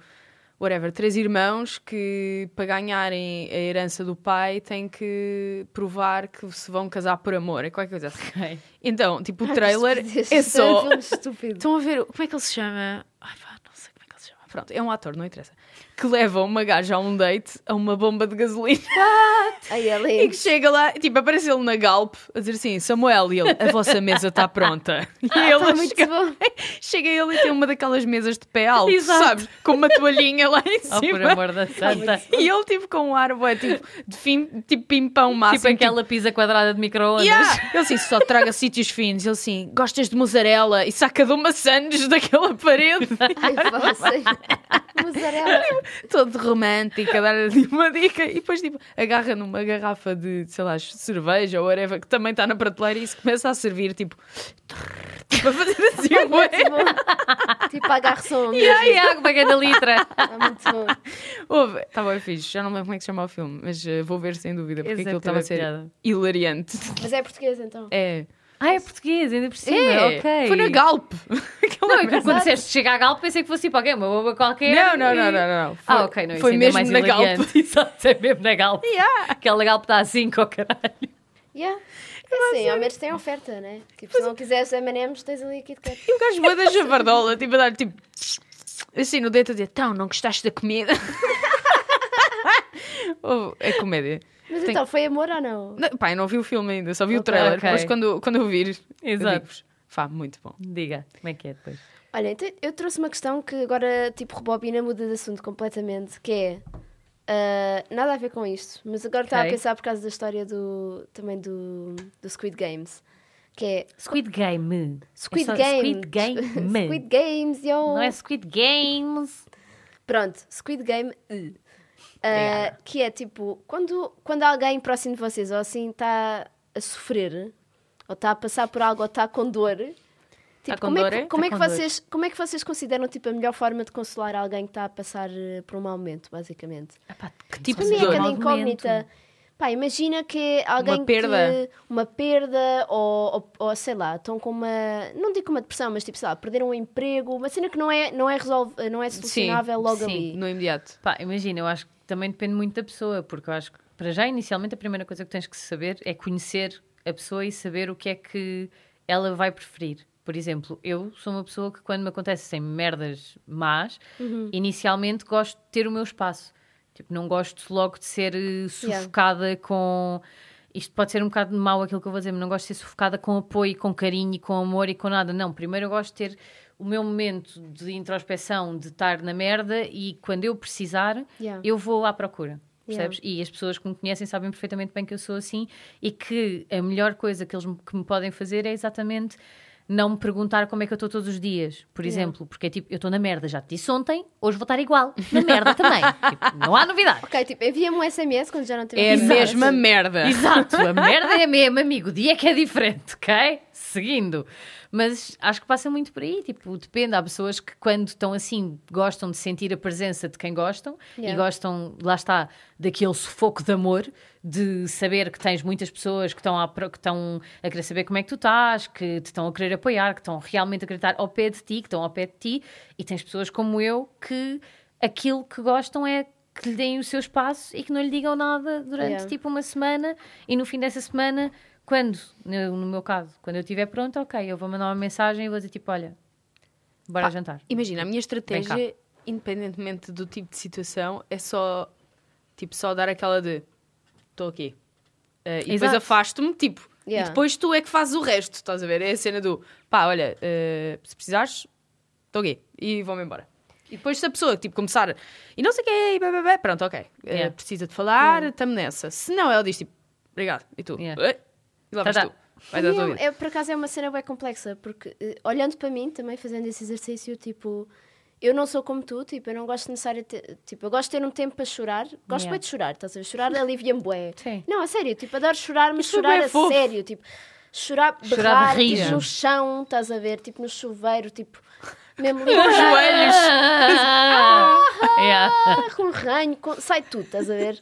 [SPEAKER 1] whatever, três irmãos que para ganharem a herança do pai têm que provar que se vão casar por amor, é qualquer coisa assim.
[SPEAKER 2] Ok.
[SPEAKER 1] Então, tipo, o trailer é
[SPEAKER 3] Isso um
[SPEAKER 1] só.
[SPEAKER 3] filme estúpido.
[SPEAKER 1] Estão a ver, como é que ele se chama? Ai pá, não sei como é que ele se chama. Pronto, é um ator, não interessa. Que leva uma gaja a um date a uma bomba de gasolina.
[SPEAKER 3] Aí ela
[SPEAKER 1] E
[SPEAKER 3] é.
[SPEAKER 1] que chega lá, tipo, aparece ele na Galp a dizer assim: Samuel, e ele, a vossa mesa está pronta. E ele
[SPEAKER 3] Está Ah, tá muito
[SPEAKER 1] chega,
[SPEAKER 3] bom.
[SPEAKER 1] chega ele e tem uma daquelas mesas de pé alto,
[SPEAKER 2] Exato.
[SPEAKER 1] sabes? Com uma toalhinha lá em
[SPEAKER 2] Oh, por
[SPEAKER 1] cima.
[SPEAKER 2] amor da santa.
[SPEAKER 1] e ele, tipo, com um ar, bué, tipo, de fim, tipo, pimpão máximo.
[SPEAKER 2] Tipo aquela pizza quadrada de micro-ondas.
[SPEAKER 1] Yeah. Ele assim, só traga sítios finos. Ele assim, gostas de mussarela? E saca de uma sandes daquela parede.
[SPEAKER 3] Ai, vocês. Mussarela.
[SPEAKER 1] Todo romântica, dar-lhe uma dica. E depois, tipo, agarra numa garrafa de, sei lá, cerveja ou whatever, que também está na prateleira e isso começa a servir, tipo... Tipo, a fazer assim, bué.
[SPEAKER 3] Tá Muito bom. Tipo, agarra-se um.
[SPEAKER 2] Ai, água, cada litra.
[SPEAKER 3] Está muito bom.
[SPEAKER 1] Houve. Está tá bem fixe. Já não lembro como é que se chama o filme, mas eh, vou ver sem dúvida, porque
[SPEAKER 2] Esse é
[SPEAKER 1] aquilo
[SPEAKER 2] que
[SPEAKER 1] estava a
[SPEAKER 2] teve a
[SPEAKER 1] ser
[SPEAKER 2] piada.
[SPEAKER 1] hilariante.
[SPEAKER 3] Mas é português, então.
[SPEAKER 1] É.
[SPEAKER 2] Ah, é português, ainda por cima.
[SPEAKER 1] É.
[SPEAKER 2] ok.
[SPEAKER 1] Foi na Galp.
[SPEAKER 2] Não,
[SPEAKER 1] Aquela
[SPEAKER 2] é que
[SPEAKER 1] merda.
[SPEAKER 2] quando disseste chegar a Galp, pensei que fosse tipo alguém, uma boba qualquer.
[SPEAKER 1] não, não, não,
[SPEAKER 2] e-
[SPEAKER 1] não, não. Foi,
[SPEAKER 2] Ah, ok, não, isso
[SPEAKER 1] foi
[SPEAKER 2] ainda é
[SPEAKER 1] mesmo
[SPEAKER 2] mais
[SPEAKER 1] na Galp.
[SPEAKER 2] hilariante. Exato, é mesmo na Galp. Aquela Galp está a 5, oh assim, caralho.
[SPEAKER 3] E Yeah. É assim, ao menos tem oferta, né? Tipo, se não quiseres M&M's, tens ali a Kit Kat.
[SPEAKER 1] E o gajo bué da javardola, tipo, a dar tipo. Assim, no dedo a dizer, então, não gostaste da comida? Ou é comédia.
[SPEAKER 3] Mas
[SPEAKER 1] Tem-
[SPEAKER 3] então, foi amor ou não?
[SPEAKER 1] Não, pá, eu não vi o filme ainda, só vi o
[SPEAKER 2] Ok,
[SPEAKER 1] trailer.
[SPEAKER 2] ok.
[SPEAKER 1] Mas quando, quando eu vir,
[SPEAKER 2] Exato.
[SPEAKER 1] eu digo-vos. Fá, muito bom.
[SPEAKER 2] Diga, como é que é depois?
[SPEAKER 3] Olha, então eu trouxe uma questão que agora, tipo, rebobina, muda de assunto completamente, que é... ah, nada a ver com isto, mas agora estava
[SPEAKER 2] Ok.
[SPEAKER 3] a pensar por causa da história do... também do, do Squid Games. Que é...
[SPEAKER 2] Squid Game.
[SPEAKER 3] Squid
[SPEAKER 2] é só-
[SPEAKER 3] Games.
[SPEAKER 2] Squid Game.
[SPEAKER 3] Squid Games, yo!
[SPEAKER 2] Não é Squid Games.
[SPEAKER 3] Pronto, Squid Game. uh.
[SPEAKER 2] Obrigada.
[SPEAKER 3] Uh, que é tipo, quando, quando alguém próximo de vocês ou assim está a sofrer, ou está a passar por algo, ou está com dor, tipo,
[SPEAKER 1] com
[SPEAKER 3] como,
[SPEAKER 1] dor,
[SPEAKER 3] é
[SPEAKER 1] é?
[SPEAKER 3] que, como,
[SPEAKER 2] Tá
[SPEAKER 3] é que
[SPEAKER 2] com dor.
[SPEAKER 3] vocês, como é que vocês consideram tipo, a melhor forma de consolar alguém que está a passar eh, por um mau momento, basicamente?
[SPEAKER 2] que
[SPEAKER 1] tipo
[SPEAKER 3] Para
[SPEAKER 1] Sim,
[SPEAKER 3] mim é
[SPEAKER 1] dor.
[SPEAKER 3] cada
[SPEAKER 2] um
[SPEAKER 3] incógnita. Pá, imagina que é alguém
[SPEAKER 1] Uma perda.
[SPEAKER 3] que... Uma perda ou, ou, ou, sei lá, estão com uma... Não digo uma depressão, mas tipo, sei lá, perderam um emprego, uma cena que não é, não é, resolv, não é solucionável logo
[SPEAKER 2] sim.
[SPEAKER 3] ali.
[SPEAKER 1] No imediato.
[SPEAKER 2] Pá, imagina, eu acho que também depende muito da pessoa, porque eu acho que para já inicialmente a primeira coisa que tens que saber é conhecer a pessoa e saber o que é que ela vai preferir. Por exemplo, eu sou uma pessoa que quando me acontecem merdas más, inicialmente gosto de ter o meu espaço. Tipo, não gosto logo de ser eh, sufocada com. Isto pode ser um bocado mau aquilo que eu vou dizer, mas não gosto de ser sufocada com apoio, com carinho, e com amor e com nada. Não, primeiro eu gosto de ter o meu momento de introspeção, de estar na merda e quando eu precisar,
[SPEAKER 3] Yeah.
[SPEAKER 2] eu vou à procura.
[SPEAKER 3] Yeah.
[SPEAKER 2] Percebes? E as pessoas que me conhecem sabem perfeitamente bem que eu sou assim e que a melhor coisa que eles me- que me podem fazer é exatamente não me perguntar como é que eu estou todos os dias, por exemplo, porque é tipo, eu estou na merda, já te disse ontem, hoje vou estar igual, na merda também. Tipo, não há novidade.
[SPEAKER 3] Ok, tipo, envia-me um SMS quando já não temos
[SPEAKER 1] É a
[SPEAKER 3] Exato.
[SPEAKER 1] mesma merda.
[SPEAKER 2] Exato, a merda é a mesma, amigo. O dia é que é diferente, ok? Seguindo. Mas acho que passa muito por aí. Tipo, depende. Há pessoas que, quando estão assim, gostam de sentir a presença de quem gostam e
[SPEAKER 3] Yeah.
[SPEAKER 2] gostam, lá está, daquele sufoco de amor, de saber que tens muitas pessoas que estão, à pro- que estão a querer saber como é que tu estás, que te estão a querer apoiar, que estão realmente a querer estar ao pé de ti, que estão ao pé de ti. E tens pessoas como eu que aquilo que gostam é. Que lhe deem o seu espaço e que não lhe digam nada durante
[SPEAKER 3] Yeah.
[SPEAKER 2] tipo uma semana e no fim dessa semana, quando, no no meu caso, quando eu estiver pronto, ok, eu vou mandar uma mensagem e vou dizer tipo, olha, bora
[SPEAKER 3] Ah,
[SPEAKER 1] Pá,
[SPEAKER 2] jantar.
[SPEAKER 1] Imagina, a minha
[SPEAKER 2] Vem
[SPEAKER 1] estratégia, independentemente do tipo de situação, é só tipo só dar aquela de estou aqui. Eh, e depois
[SPEAKER 2] Exato.
[SPEAKER 1] afasto-me, tipo,
[SPEAKER 3] Yeah.
[SPEAKER 1] e depois tu é que fazes o resto, estás a ver? É a cena do pá, olha, eh, se precisares, estou aqui e vou-me embora. E depois se a pessoa tipo, começar e não sei o quê, e blá, blá, blá, pronto, ok, eh,
[SPEAKER 2] Yeah.
[SPEAKER 1] precisa de falar, estamos nessa. Se não, ela diz tipo, obrigado, e tu,
[SPEAKER 2] Yeah.
[SPEAKER 1] "Eh?" e lá
[SPEAKER 2] Tá,
[SPEAKER 1] vais
[SPEAKER 2] tá.
[SPEAKER 1] tu. Vais à tua
[SPEAKER 3] Não,
[SPEAKER 1] vida.
[SPEAKER 3] é, por acaso é uma cena bem complexa, porque eh, olhando para mim também, fazendo esse exercício, tipo, eu não sou como tu, tipo, eu não gosto necessariamente, tipo, eu gosto de ter um tempo para chorar, gosto
[SPEAKER 2] Yeah.
[SPEAKER 3] bem de chorar, estás a ver? Chorar alivia-me bué.
[SPEAKER 2] Sim.
[SPEAKER 3] Não, a sério, tipo, adoro chorar, mas
[SPEAKER 1] Isso foi
[SPEAKER 3] chorar
[SPEAKER 1] bué
[SPEAKER 3] a
[SPEAKER 1] fofo.
[SPEAKER 3] sério, tipo, chorar,
[SPEAKER 2] Chorar
[SPEAKER 3] berrar,
[SPEAKER 2] de rir.
[SPEAKER 3] tipo, no chão, estás a ver? Tipo, no chuveiro, tipo, mesmo livre.
[SPEAKER 1] Os joelhos.
[SPEAKER 2] Yeah.
[SPEAKER 3] Ah, com ranho, com- sai tudo, estás a ver?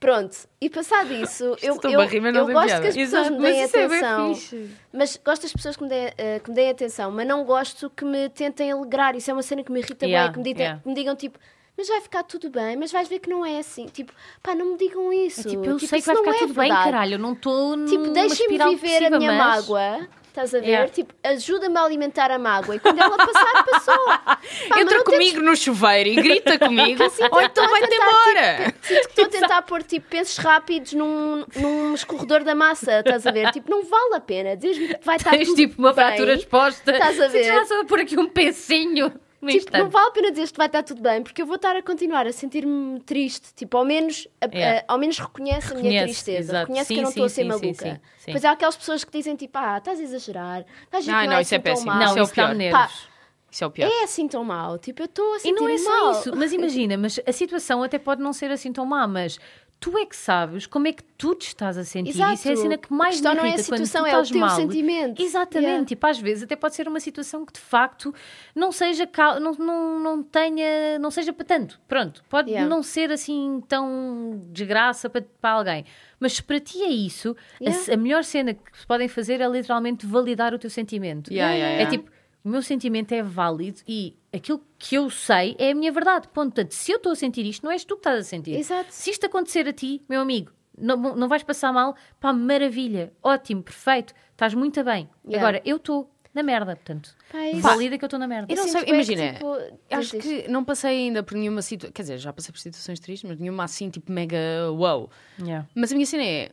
[SPEAKER 3] Pronto, e passado isso, eu,
[SPEAKER 1] Estou
[SPEAKER 3] eu,
[SPEAKER 1] barril, mas não
[SPEAKER 3] eu
[SPEAKER 1] tem
[SPEAKER 3] gosto
[SPEAKER 1] piada.
[SPEAKER 3] que as pessoas
[SPEAKER 1] Exato,
[SPEAKER 3] me
[SPEAKER 1] mas
[SPEAKER 3] deem
[SPEAKER 1] isso é bem
[SPEAKER 3] atenção.
[SPEAKER 1] fixe.
[SPEAKER 3] mas gosto das pessoas que me, deem, eh, que me deem atenção, mas não gosto que me tentem alegrar. Isso é uma cena que me irrita
[SPEAKER 2] Yeah,
[SPEAKER 3] bem, que me, ditem-
[SPEAKER 2] yeah.
[SPEAKER 3] que me digam tipo. Mas vai ficar tudo bem, mas vais ver que não é assim. Tipo, pá, não me digam isso.
[SPEAKER 2] É tipo, eu sei que
[SPEAKER 3] isso
[SPEAKER 2] vai
[SPEAKER 3] não
[SPEAKER 2] ficar
[SPEAKER 3] é
[SPEAKER 2] tudo
[SPEAKER 3] verdade.
[SPEAKER 2] bem, caralho, eu não estou numa
[SPEAKER 3] Tipo, deixem-me
[SPEAKER 2] espiral
[SPEAKER 3] viver
[SPEAKER 2] depressiva,
[SPEAKER 3] a minha
[SPEAKER 2] mas...
[SPEAKER 3] mágoa. Estás a ver?
[SPEAKER 2] Yeah.
[SPEAKER 3] Tipo, ajuda-me a alimentar a mágoa. E quando ela passar, passou. Pá, mas
[SPEAKER 1] Entra
[SPEAKER 3] não tentes
[SPEAKER 1] comigo no chuveiro e grita comigo, ou então
[SPEAKER 2] Tá,
[SPEAKER 1] vai-te
[SPEAKER 2] É.
[SPEAKER 1] embora.
[SPEAKER 3] Sinto que estou a tentar pôr tipo pensos rápidos num, num escorredor da massa, estás a ver? Tipo, não vale a pena. Diz-me que vai estar
[SPEAKER 2] Tens
[SPEAKER 3] Tá tudo
[SPEAKER 2] tipo uma
[SPEAKER 3] bem.
[SPEAKER 2] fratura exposta.
[SPEAKER 3] Estás a
[SPEAKER 2] Se
[SPEAKER 3] ver?
[SPEAKER 2] já só vou pôr aqui um pecinho no
[SPEAKER 3] Tipo,
[SPEAKER 2] instante.
[SPEAKER 3] não vale a pena dizer que vai estar tudo bem, porque eu vou estar a continuar a sentir-me triste. Tipo, ao menos, a-
[SPEAKER 2] Yeah.
[SPEAKER 3] a- ao menos reconhece, a minha
[SPEAKER 2] É. Reconhece,
[SPEAKER 3] tristeza,
[SPEAKER 2] exato.
[SPEAKER 3] reconhece
[SPEAKER 2] Sim,
[SPEAKER 3] que eu não estou a
[SPEAKER 2] sim,
[SPEAKER 3] ser
[SPEAKER 2] sim,
[SPEAKER 3] maluca.
[SPEAKER 2] sim, sim.
[SPEAKER 3] Pois há aquelas pessoas que dizem tipo, ah, estás a exagerar, estás a dizer
[SPEAKER 1] Ai,
[SPEAKER 3] que não,
[SPEAKER 1] não,
[SPEAKER 3] é
[SPEAKER 1] isso é
[SPEAKER 3] assim tão
[SPEAKER 1] péssimo.
[SPEAKER 3] mal.
[SPEAKER 2] Não,
[SPEAKER 1] Isso é o
[SPEAKER 2] isso dá-me
[SPEAKER 1] pior.
[SPEAKER 2] nervos.
[SPEAKER 1] Isso é o pior.
[SPEAKER 3] É assim tão mal. Tipo, eu estou a
[SPEAKER 2] E
[SPEAKER 3] sentir
[SPEAKER 2] não é só
[SPEAKER 3] mal.
[SPEAKER 2] isso, mas imagina, mas a situação até pode não ser assim tão má, mas tu é que sabes como é que tu te estás a sentir.
[SPEAKER 3] Exato.
[SPEAKER 2] Isso é a cena que
[SPEAKER 3] A
[SPEAKER 2] mais me
[SPEAKER 3] questão não é a
[SPEAKER 2] irrita, quando tu
[SPEAKER 3] situação, é o
[SPEAKER 2] estás
[SPEAKER 3] teu
[SPEAKER 2] mal.
[SPEAKER 3] sentimento.
[SPEAKER 2] Exatamente,
[SPEAKER 3] Yeah.
[SPEAKER 2] tipo, às vezes até pode ser uma situação que de facto não seja cal- não, não, não tenha, não seja para tanto. Pronto, pode
[SPEAKER 3] Yeah.
[SPEAKER 2] não ser assim tão desgraça para, para alguém. Mas se para ti é isso, a
[SPEAKER 3] Yeah.
[SPEAKER 2] se- a, melhor cena que se podem fazer é literalmente validar o teu sentimento.
[SPEAKER 1] Yeah, yeah,
[SPEAKER 2] É
[SPEAKER 1] yeah.
[SPEAKER 2] tipo, o meu sentimento é válido e aquilo que eu sei é a minha verdade. Ponto. Portanto, se eu estou a sentir isto, não és tu que estás a sentir.
[SPEAKER 3] Exato.
[SPEAKER 2] Se isto acontecer a ti, meu amigo, Não, não vais passar mal? Pá, maravilha, ótimo, perfeito, estás muito bem.
[SPEAKER 3] Yeah.
[SPEAKER 2] Agora, eu estou na merda, portanto.
[SPEAKER 3] Pá, é isso-
[SPEAKER 2] Valida que eu estou na merda.
[SPEAKER 1] Eu não
[SPEAKER 3] sinto
[SPEAKER 1] sei,
[SPEAKER 3] bué que,
[SPEAKER 1] imagina,
[SPEAKER 3] tipo,
[SPEAKER 1] Acho
[SPEAKER 3] diz, diz.
[SPEAKER 1] que não passei ainda por nenhuma situação. Quer dizer, já passei por situações tristes, mas nenhuma assim, tipo, mega wow.
[SPEAKER 2] Yeah.
[SPEAKER 1] Mas a minha cena é.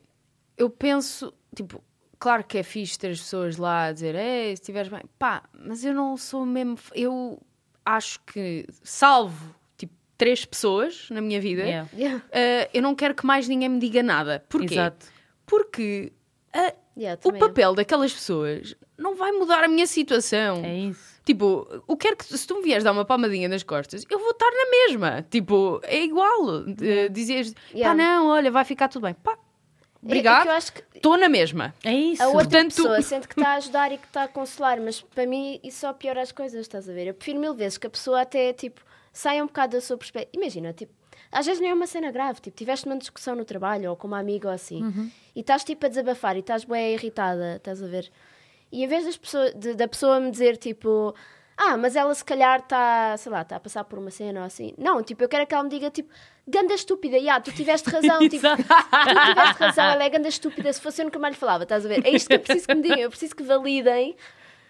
[SPEAKER 1] Eu penso, tipo, claro que é fixe ter as pessoas lá a dizer, ei, se estiveres bem. Pá, mas eu não sou mesmo. f- Eu acho que, salvo, tipo, três pessoas na minha vida,
[SPEAKER 2] Yeah.
[SPEAKER 3] Yeah.
[SPEAKER 1] eh, eu não quero que mais ninguém me diga nada. Porquê?
[SPEAKER 2] Exato.
[SPEAKER 1] Porque a-
[SPEAKER 3] Yeah,
[SPEAKER 1] o
[SPEAKER 3] também é. eu.
[SPEAKER 1] papel daquelas pessoas não vai mudar a minha situação.
[SPEAKER 2] É isso.
[SPEAKER 1] Tipo, o que é que se tu me vieres dar uma palmadinha nas costas, eu vou estar na mesma. Tipo, é igual. Eh, Dizeres,
[SPEAKER 3] Yeah.
[SPEAKER 1] pá, não, olha, vai ficar tudo bem. Pá,
[SPEAKER 3] É- é
[SPEAKER 1] obrigado,
[SPEAKER 3] que eu acho que
[SPEAKER 1] estou na mesma.
[SPEAKER 2] É isso.
[SPEAKER 3] a outra
[SPEAKER 1] Portanto-
[SPEAKER 3] pessoa sente que está a ajudar e que está a consolar, mas para mim isso só piora as coisas, estás a ver? Eu prefiro mil vezes que a pessoa até, tipo, saia um bocado da sua perspectiva. Imagina, tipo, às vezes não é uma cena grave, tipo, tiveste uma discussão no trabalho ou com uma amiga ou assim, e estás, tipo, a desabafar e estás bem irritada, estás a ver? E em vez das pessoa- de- da pessoa me dizer, tipo... Ah, mas ela se calhar está, sei lá, está a passar por uma cena ou assim. Não, tipo, eu quero que ela me diga, tipo, ganda estúpida, ya, tu tiveste razão, tipo, tu tiveste razão, ela é ganda estúpida. Se fosse eu nunca mais lhe falava, estás a ver? É isto que eu preciso que me digam, eu preciso que validem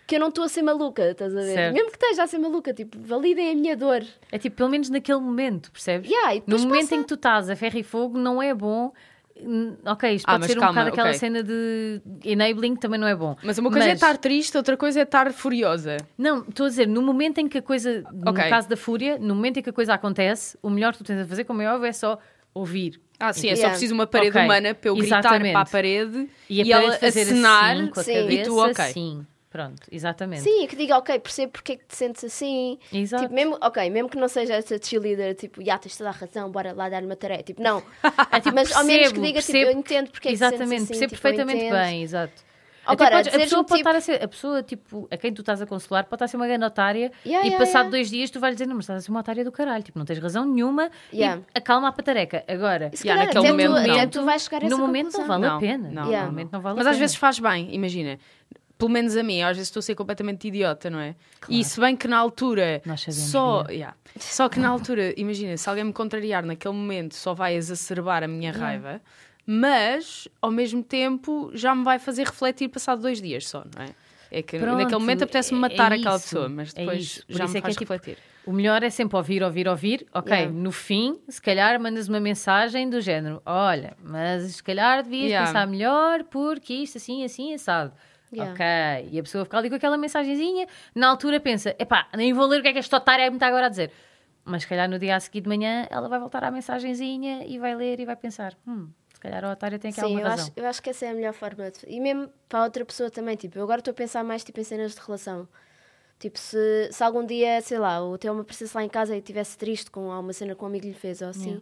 [SPEAKER 3] que eu não estou a ser maluca, estás a ver?
[SPEAKER 2] Certo.
[SPEAKER 3] Mesmo que esteja a ser maluca, tipo, validem a minha dor.
[SPEAKER 2] É tipo, pelo menos naquele momento, percebes?
[SPEAKER 3] Yeah, e
[SPEAKER 2] no
[SPEAKER 3] depois
[SPEAKER 2] momento
[SPEAKER 3] passa.
[SPEAKER 2] em que tu estás a ferro e fogo, não é bom. Hum, Ok, isto
[SPEAKER 1] Ah,
[SPEAKER 2] pode
[SPEAKER 1] mas
[SPEAKER 2] ser um
[SPEAKER 1] calma,
[SPEAKER 2] bocado aquela
[SPEAKER 1] ok.
[SPEAKER 2] cena de enabling, também não é bom.
[SPEAKER 1] Mas uma coisa é estar triste, outra coisa é estar furiosa.
[SPEAKER 2] Não, estou a dizer, no momento em que a coisa, no
[SPEAKER 1] Ok.
[SPEAKER 2] caso da fúria, no momento em que a coisa acontece, o melhor que tu tens a fazer, como é óbvio, é só ouvir.
[SPEAKER 1] Ah, sim, é só
[SPEAKER 3] Yeah.
[SPEAKER 1] preciso uma parede
[SPEAKER 2] Ok,
[SPEAKER 1] humana para eu gritar
[SPEAKER 2] exatamente.
[SPEAKER 1] para a parede e,
[SPEAKER 2] a
[SPEAKER 1] ela
[SPEAKER 2] parede é fazer
[SPEAKER 1] acenar.
[SPEAKER 2] assim, com a
[SPEAKER 3] sim.
[SPEAKER 2] cabeça,
[SPEAKER 1] E tu, ok.
[SPEAKER 2] sim. Pronto, exatamente.
[SPEAKER 3] Sim, e que diga, ok, percebo porque é que te sentes assim.
[SPEAKER 2] Exato.
[SPEAKER 3] Tipo, mesmo, ok, mesmo que não seja esta cheerleader, tipo, já tens toda a razão, bora lá dar uma tarefa. Tipo, não. mas ao menos que
[SPEAKER 2] percebo,
[SPEAKER 3] diga, tipo, eu
[SPEAKER 2] percebo-
[SPEAKER 3] entendo porque é que te
[SPEAKER 2] Exatamente,
[SPEAKER 3] sentes assim.
[SPEAKER 2] percebo
[SPEAKER 3] tipo, eu
[SPEAKER 2] perfeitamente
[SPEAKER 3] entendo.
[SPEAKER 2] bem, exato. Até
[SPEAKER 3] Agora,
[SPEAKER 2] podes- a
[SPEAKER 3] dizer-me,
[SPEAKER 2] pessoa pode
[SPEAKER 3] tipo-
[SPEAKER 2] estar a ser, a pessoa tipo, a quem tu estás a consolar pode estar a ser uma grande otária
[SPEAKER 3] Yeah,
[SPEAKER 2] e
[SPEAKER 3] yeah,
[SPEAKER 2] passado
[SPEAKER 3] yeah.
[SPEAKER 2] dois dias tu vais dizer, não, mas estás a ser uma otária do caralho, tipo, não tens razão nenhuma
[SPEAKER 3] Yeah.
[SPEAKER 2] e acalma a patareca. Agora,
[SPEAKER 3] E se
[SPEAKER 1] Yeah,
[SPEAKER 3] calhar,
[SPEAKER 1] naquele
[SPEAKER 3] até tu,
[SPEAKER 1] momento, não.
[SPEAKER 3] até tu vais chegar a
[SPEAKER 2] no
[SPEAKER 3] essa
[SPEAKER 2] momento não
[SPEAKER 3] conclusão.
[SPEAKER 2] vale a
[SPEAKER 1] Não,
[SPEAKER 2] pena.
[SPEAKER 1] não,
[SPEAKER 2] No
[SPEAKER 3] Yeah.
[SPEAKER 2] momento não vale
[SPEAKER 1] Mas
[SPEAKER 2] a
[SPEAKER 1] às
[SPEAKER 2] pena.
[SPEAKER 1] vezes faz bem, imagina. Pelo menos a mim, às vezes estou a ser completamente idiota, não é? E se bem que na altura
[SPEAKER 2] Nós sabemos,
[SPEAKER 1] só, Yeah. só que na altura, imagina, se alguém me contrariar naquele momento só vai exacerbar a minha raiva, mas ao mesmo tempo já me vai fazer refletir passado dois dias só, não é? É que
[SPEAKER 2] Pronto,
[SPEAKER 1] naquele momento apetece-me
[SPEAKER 2] é- é
[SPEAKER 1] matar aquela
[SPEAKER 2] isso,
[SPEAKER 1] pessoa, mas
[SPEAKER 2] é isso.
[SPEAKER 1] depois
[SPEAKER 2] Por
[SPEAKER 1] já
[SPEAKER 2] isso
[SPEAKER 1] me
[SPEAKER 2] é que
[SPEAKER 1] faz
[SPEAKER 2] é tipo-
[SPEAKER 1] refletir.
[SPEAKER 2] O melhor é sempre ouvir, ouvir, ouvir. Ok,
[SPEAKER 3] Yeah.
[SPEAKER 2] no fim, se calhar mandas uma mensagem do género: olha, mas se calhar devias
[SPEAKER 1] Yeah.
[SPEAKER 2] pensar melhor porque isto assim, assim, assado.
[SPEAKER 3] Yeah.
[SPEAKER 2] Ok, e a pessoa fica ali com aquela mensagenzinha, na altura pensa: epá, nem vou ler o que é que esta otária me está agora a dizer. Mas se calhar no dia a seguir de manhã ela vai voltar à mensagenzinha e vai ler e vai pensar: hum, se calhar a otária tem aqui
[SPEAKER 3] Sim,
[SPEAKER 2] alguma
[SPEAKER 3] eu
[SPEAKER 2] razão.
[SPEAKER 3] acho, eu acho que essa é a melhor forma. de- E mesmo para outra pessoa também, tipo, eu agora estou a pensar mais tipo, em cenas de relação. Tipo, se, se algum dia, sei lá, o teu me aparecesse lá em casa e estivesse triste com alguma cena que um amigo lhe fez ou assim,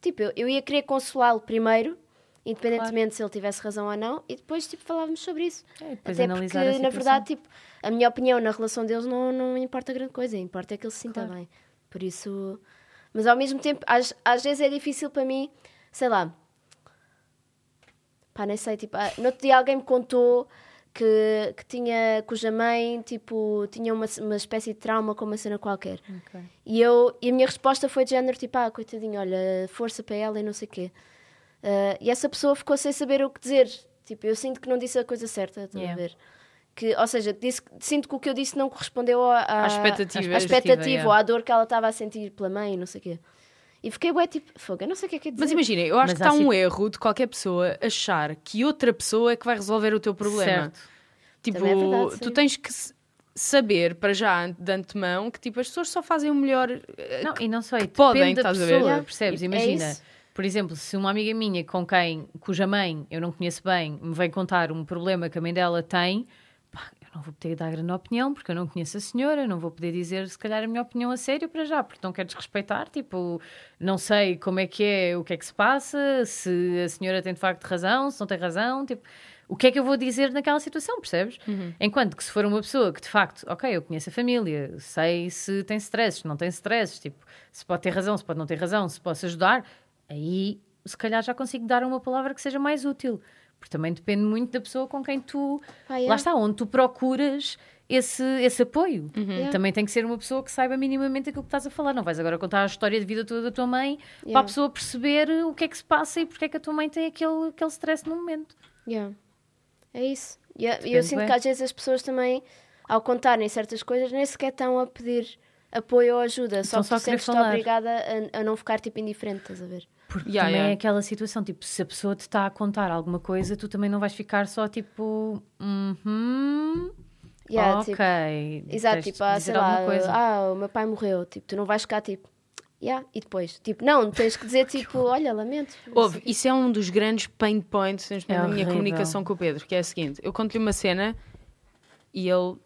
[SPEAKER 3] tipo, eu, eu ia querer consolá-lo primeiro, independentemente se ele tivesse razão ou não, e depois, tipo, falávamos sobre isso.
[SPEAKER 2] É, e depois
[SPEAKER 3] Até porque,
[SPEAKER 2] analisar a
[SPEAKER 3] na
[SPEAKER 2] situação.
[SPEAKER 3] verdade, tipo, a minha opinião na relação deles não, não importa grande coisa, importa é que ele se sinta bem. Por isso. Mas ao mesmo tempo, às, às vezes é difícil para mim, sei lá, pá, nem sei, tipo, ah, no outro dia alguém me contou que, que tinha, cuja mãe, tipo, tinha uma, uma espécie de trauma com uma cena qualquer. E, eu, e a minha resposta foi de género, tipo, ah, coitadinho, olha, força para ela e não sei o quê. Ah, e essa pessoa ficou sem saber o que dizer. Tipo, eu sinto que não disse a coisa certa, estás
[SPEAKER 2] Yeah.
[SPEAKER 3] a ver? Que, ou seja, disse, sinto que o que eu disse não correspondeu à, à,
[SPEAKER 1] À expectativa.
[SPEAKER 3] à expectativa
[SPEAKER 2] tipo, yeah.
[SPEAKER 3] ou à dor que ela estava a sentir pela mãe e não sei o quê. E fiquei, ué, tipo, fogo, eu não sei o que é que é dizer.
[SPEAKER 1] Mas imagina, eu acho
[SPEAKER 2] Mas
[SPEAKER 1] que está
[SPEAKER 2] há situ-
[SPEAKER 1] um erro de qualquer pessoa achar que outra pessoa é que vai resolver o teu problema.
[SPEAKER 2] Certo.
[SPEAKER 1] Tipo,
[SPEAKER 3] Também é verdade,
[SPEAKER 1] tu
[SPEAKER 3] sim.
[SPEAKER 1] tens que s- saber para já an- de antemão que tipo, as pessoas só fazem o melhor. eh,
[SPEAKER 2] Não, e não só, e depende
[SPEAKER 1] podem,
[SPEAKER 2] da
[SPEAKER 1] estás a ver?
[SPEAKER 2] pessoa,
[SPEAKER 3] Yeah.
[SPEAKER 2] percebes?
[SPEAKER 3] É
[SPEAKER 2] Imagina,
[SPEAKER 3] isso.
[SPEAKER 2] por exemplo, se uma amiga minha com quem, cuja mãe eu não conheço bem, me vem contar um problema que a mãe dela tem, pá, eu não vou poder dar grande opinião, porque eu não conheço a senhora, não vou poder dizer, se calhar, a minha opinião a sério para já, porque não quero desrespeitar, tipo, não sei como é que é, o que é que se passa, se a senhora tem de facto razão, se não tem razão, tipo... O que é que eu vou dizer naquela situação, percebes? Enquanto que se for uma pessoa que de facto, ok, eu conheço a família, sei se tem stress, se não tem stress, tipo, se pode ter razão, se pode não ter razão, se posso ajudar, aí se calhar já consigo dar uma palavra que seja mais útil. Porque também depende muito da pessoa com quem tu.
[SPEAKER 3] Ah, yeah.
[SPEAKER 2] Lá está, onde tu procuras esse, esse apoio.
[SPEAKER 3] Yeah.
[SPEAKER 2] Também tem que ser uma pessoa que saiba minimamente aquilo que estás a falar. Não vais agora contar a história de vida toda da tua mãe para a
[SPEAKER 3] Yeah.
[SPEAKER 2] pessoa perceber o que é que se passa e porque é que a tua mãe tem aquele, aquele stress no momento.
[SPEAKER 3] Yeah. É isso. E eu- E
[SPEAKER 2] Depende,
[SPEAKER 3] eu sinto
[SPEAKER 2] é.
[SPEAKER 3] que às vezes as pessoas também, ao contarem certas coisas, nem sequer estão a pedir apoio ou ajuda. Só
[SPEAKER 2] Estão
[SPEAKER 3] que
[SPEAKER 2] só a
[SPEAKER 3] tu
[SPEAKER 2] querer
[SPEAKER 3] sentes-te
[SPEAKER 2] falar.
[SPEAKER 3] obrigada a, a não ficar tipo indiferente, estás a ver?
[SPEAKER 2] Porque
[SPEAKER 1] Yeah,
[SPEAKER 2] também
[SPEAKER 1] yeah.
[SPEAKER 2] é aquela situação, tipo, se a pessoa te está a contar alguma coisa, tu também não vais ficar só tipo. Uhum.
[SPEAKER 3] Yeah,
[SPEAKER 2] ok.
[SPEAKER 3] tipo, exato,
[SPEAKER 2] tens de
[SPEAKER 3] tipo, ah,
[SPEAKER 2] dizer
[SPEAKER 3] sei
[SPEAKER 2] alguma
[SPEAKER 3] lá, ah, o meu pai morreu. Tipo, tu não vais ficar tipo, yeah, e depois? Tipo, não, tens que dizer tipo, olha, lamento.
[SPEAKER 1] Ouve, isso é um dos grandes pain points neste
[SPEAKER 2] É
[SPEAKER 1] momento na minha
[SPEAKER 2] horrível.
[SPEAKER 1] comunicação com o Pedro, que é o seguinte: eu conto-lhe uma cena e ele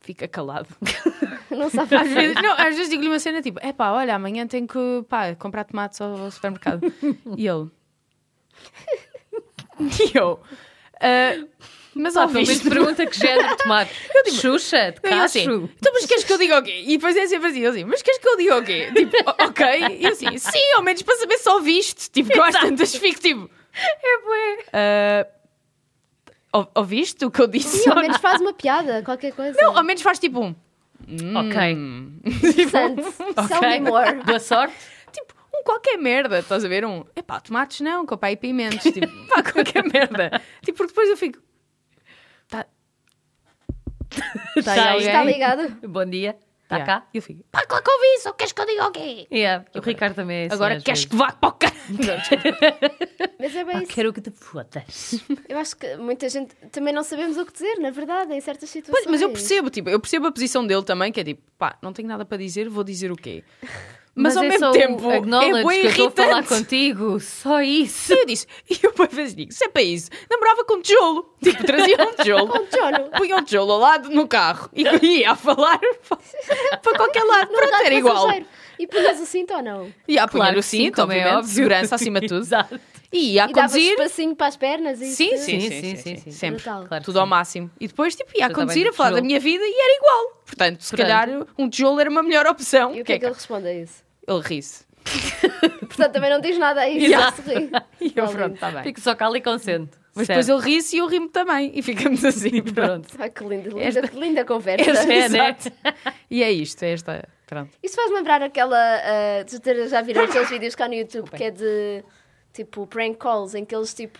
[SPEAKER 1] fica calado.
[SPEAKER 3] Não sabe
[SPEAKER 1] Às vezes, não, às vezes digo-lhe uma cena tipo: é pá, olha, amanhã tenho que pá, comprar tomates ao ao supermercado. e ele. e eu. "Ah, mas
[SPEAKER 2] Só
[SPEAKER 1] ao
[SPEAKER 2] pelo menos pergunta que género de tomate. Xuxa, de
[SPEAKER 1] Eu
[SPEAKER 2] Hum. cacho.
[SPEAKER 1] assim, então, mas queres que eu diga o quê? E depois é sempre assim, eu assim, mas queres que eu diga o quê? Tipo, "O- ok. E eu assim, sim, ao menos para saber se ouviste. Tipo, que eu às tantas fico tipo. É bué. ouviste o que eu disse?
[SPEAKER 3] Sim, ao menos faz uma piada, qualquer coisa.
[SPEAKER 1] Não, ao menos faz tipo um.
[SPEAKER 2] Ok.
[SPEAKER 1] Hum.
[SPEAKER 3] Interessante.
[SPEAKER 2] tipo,
[SPEAKER 3] Tell me more.
[SPEAKER 2] Boa sorte.
[SPEAKER 1] Tipo, um qualquer merda, estás a ver? Um, epá, tomates não, com e pimentos. Tipo, pá, qualquer merda. Tipo, porque depois eu fico. Tá,
[SPEAKER 2] Está
[SPEAKER 1] aí alguém?
[SPEAKER 3] Está ligado?
[SPEAKER 2] Bom dia. Está
[SPEAKER 1] yeah.
[SPEAKER 2] cá?
[SPEAKER 1] E eu fico.
[SPEAKER 4] Pá, claro que ouvi isso. Queres que eu diga o quê?
[SPEAKER 2] Yeah. O Ricardo também é assim.
[SPEAKER 1] Agora
[SPEAKER 2] às
[SPEAKER 1] queres
[SPEAKER 2] vezes.
[SPEAKER 1] que vá para o caralho?
[SPEAKER 3] Então, Mas é bem
[SPEAKER 2] Ah,
[SPEAKER 3] isso.
[SPEAKER 2] quero que te fodas.
[SPEAKER 3] Eu acho que muita gente também não sabemos o que dizer, na verdade, em certas situações.
[SPEAKER 1] Pois, mas eu percebo, tipo, eu percebo a posição dele também, que é tipo, pá, não tenho nada para dizer, vou dizer o quê? Mas, ao
[SPEAKER 2] é
[SPEAKER 1] mesmo
[SPEAKER 2] só o
[SPEAKER 1] tempo, é
[SPEAKER 2] acknowledge
[SPEAKER 1] bem
[SPEAKER 2] que eu estou a falar
[SPEAKER 1] irritante.
[SPEAKER 2] contigo. Só isso.
[SPEAKER 1] E eu disse, e eu por vezes digo, se é para isso, namorava com tijolo. Tipo, trazia um tijolo,
[SPEAKER 3] Com tijolo.
[SPEAKER 1] punha um tijolo ao lado no carro e ia a falar para qualquer lado. Pronto,
[SPEAKER 3] Dá-te
[SPEAKER 1] era igual.
[SPEAKER 3] passageiro. E punhas o cinto ou não?
[SPEAKER 1] E a
[SPEAKER 2] Claro
[SPEAKER 1] punhar o
[SPEAKER 2] que sim,
[SPEAKER 1] cinto,
[SPEAKER 2] como é
[SPEAKER 1] obviamente,
[SPEAKER 2] óbvio.
[SPEAKER 1] segurança acima de tudo.
[SPEAKER 2] Exato.
[SPEAKER 1] E ia a
[SPEAKER 3] E davas
[SPEAKER 1] conduzir.
[SPEAKER 3] espacinho para as pernas e
[SPEAKER 1] Sim,
[SPEAKER 3] isso?
[SPEAKER 1] sim, sim,
[SPEAKER 2] Sim,
[SPEAKER 1] sim,
[SPEAKER 2] sim,
[SPEAKER 1] sim,
[SPEAKER 2] sim.
[SPEAKER 1] sempre.
[SPEAKER 3] Brutal.
[SPEAKER 2] Claro que
[SPEAKER 1] Tudo ao máximo. E depois, tipo, ia a
[SPEAKER 2] Eu
[SPEAKER 1] conduzir,
[SPEAKER 2] também
[SPEAKER 1] a falar da
[SPEAKER 2] tijolo.
[SPEAKER 1] minha vida e era igual. Portanto, se
[SPEAKER 2] Portanto.
[SPEAKER 1] calhar um tijolo era uma melhor opção.
[SPEAKER 3] E
[SPEAKER 1] Que
[SPEAKER 3] o que é que
[SPEAKER 1] que
[SPEAKER 3] ele responde a isso?
[SPEAKER 1] Ele ri-se.
[SPEAKER 3] Portanto, também não diz nada a isso.
[SPEAKER 1] Exato.
[SPEAKER 3] só sorri.
[SPEAKER 1] E eu,
[SPEAKER 3] Está
[SPEAKER 1] pronto,
[SPEAKER 3] lindo.
[SPEAKER 1] está bem.
[SPEAKER 2] Fico só cala e consente.
[SPEAKER 1] Mas
[SPEAKER 2] Certo.
[SPEAKER 1] depois ele ri-se e eu rimo também. E ficamos assim, pronto.
[SPEAKER 3] Ai, que linda, linda,
[SPEAKER 1] Esta-
[SPEAKER 3] que linda conversa.
[SPEAKER 1] Esta-
[SPEAKER 2] É, né?
[SPEAKER 1] Exato. E é isto, é esta. Pronto.
[SPEAKER 3] Isso faz lembrar aquela. ah, de ter- já viram aqueles vídeos cá no YouTube que é de tipo prank calls em que eles tipo.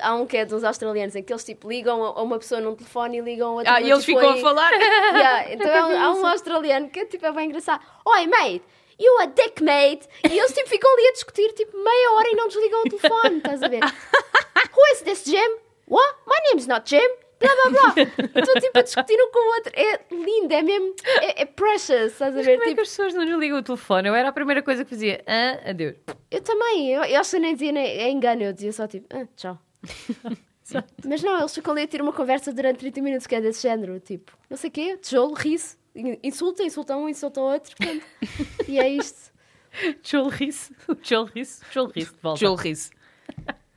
[SPEAKER 3] Há um que é de uns australianos em que eles tipo ligam a a uma pessoa num telefone e ligam a outra.
[SPEAKER 1] Ah,
[SPEAKER 3] no
[SPEAKER 1] e eles
[SPEAKER 3] tipo,
[SPEAKER 1] ficam a
[SPEAKER 3] em-
[SPEAKER 1] falar.
[SPEAKER 3] Yeah, então há, um- há um australiano que tipo, é bem engraçado. Oi, mate, you a dick, mate. E eles tipo, ficam ali a discutir tipo meia hora e não desligam o telefone, estás a ver? Who is this Jim? What? My name's not Jim. Blá blá blá. Estão tipo a discutir um com o outro. É lindo, é mesmo. É, é precious, estás a ver?
[SPEAKER 2] Como é que
[SPEAKER 3] Tipo,
[SPEAKER 2] as pessoas não lhe ligam o telefone? Eu era a primeira coisa que fazia. Ah, adeus.
[SPEAKER 3] eu também, eu, eu acho que eu nem dizia nem, é engano, eu dizia só tipo, ah, tchau. Mas não, eles ficam ali a ter uma conversa durante 30 minutos que é desse género, tipo, não sei o quê, tijolo, ri-se, in- insulta, insulta um, insulta o outro, pronto. e é isto.
[SPEAKER 2] Tchol ri-se. Tchol ri-se. Tchol ri-se. De volta.
[SPEAKER 1] Tijolo ri-se.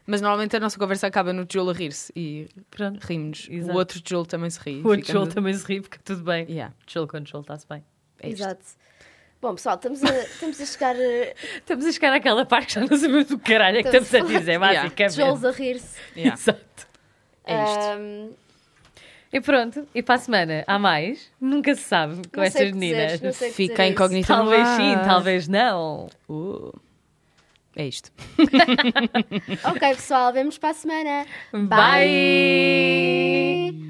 [SPEAKER 1] Mas normalmente a nossa conversa acaba no tijolo a rir-se e
[SPEAKER 2] Pronto.
[SPEAKER 1] rimos. O
[SPEAKER 2] Exato.
[SPEAKER 1] outro tijolo também se ri.
[SPEAKER 2] O outro
[SPEAKER 1] Fica
[SPEAKER 2] Tchol
[SPEAKER 1] no-
[SPEAKER 2] também se ri, porque tudo bem.
[SPEAKER 1] Yeah,
[SPEAKER 2] Tchol com Tchol está-se bem.
[SPEAKER 1] é isto.
[SPEAKER 3] Exato. Bom, pessoal, estamos a, estamos a chegar eh, a
[SPEAKER 2] Estamos a chegar àquela parte que já não sabemos o que caralho é que
[SPEAKER 3] Estamos
[SPEAKER 2] estamos a
[SPEAKER 3] a falar
[SPEAKER 2] dizer,
[SPEAKER 1] Yeah.
[SPEAKER 2] basicamente.
[SPEAKER 3] tijolos a rir-se.
[SPEAKER 1] Yeah,
[SPEAKER 2] Exato.
[SPEAKER 1] é isto.
[SPEAKER 3] Ahm,
[SPEAKER 2] E pronto, e para a semana há mais? Nunca se sabe com
[SPEAKER 3] não sei o
[SPEAKER 2] estas
[SPEAKER 3] que dizer,
[SPEAKER 2] meninas.
[SPEAKER 3] não sei o que
[SPEAKER 1] Fica
[SPEAKER 3] dizer
[SPEAKER 1] incógnito.
[SPEAKER 2] Talvez
[SPEAKER 1] Não
[SPEAKER 2] sim,
[SPEAKER 1] vai.
[SPEAKER 2] talvez não.
[SPEAKER 1] Uh, é isto.
[SPEAKER 3] isso. Ok, pessoal, vemos para a semana.
[SPEAKER 2] Bye.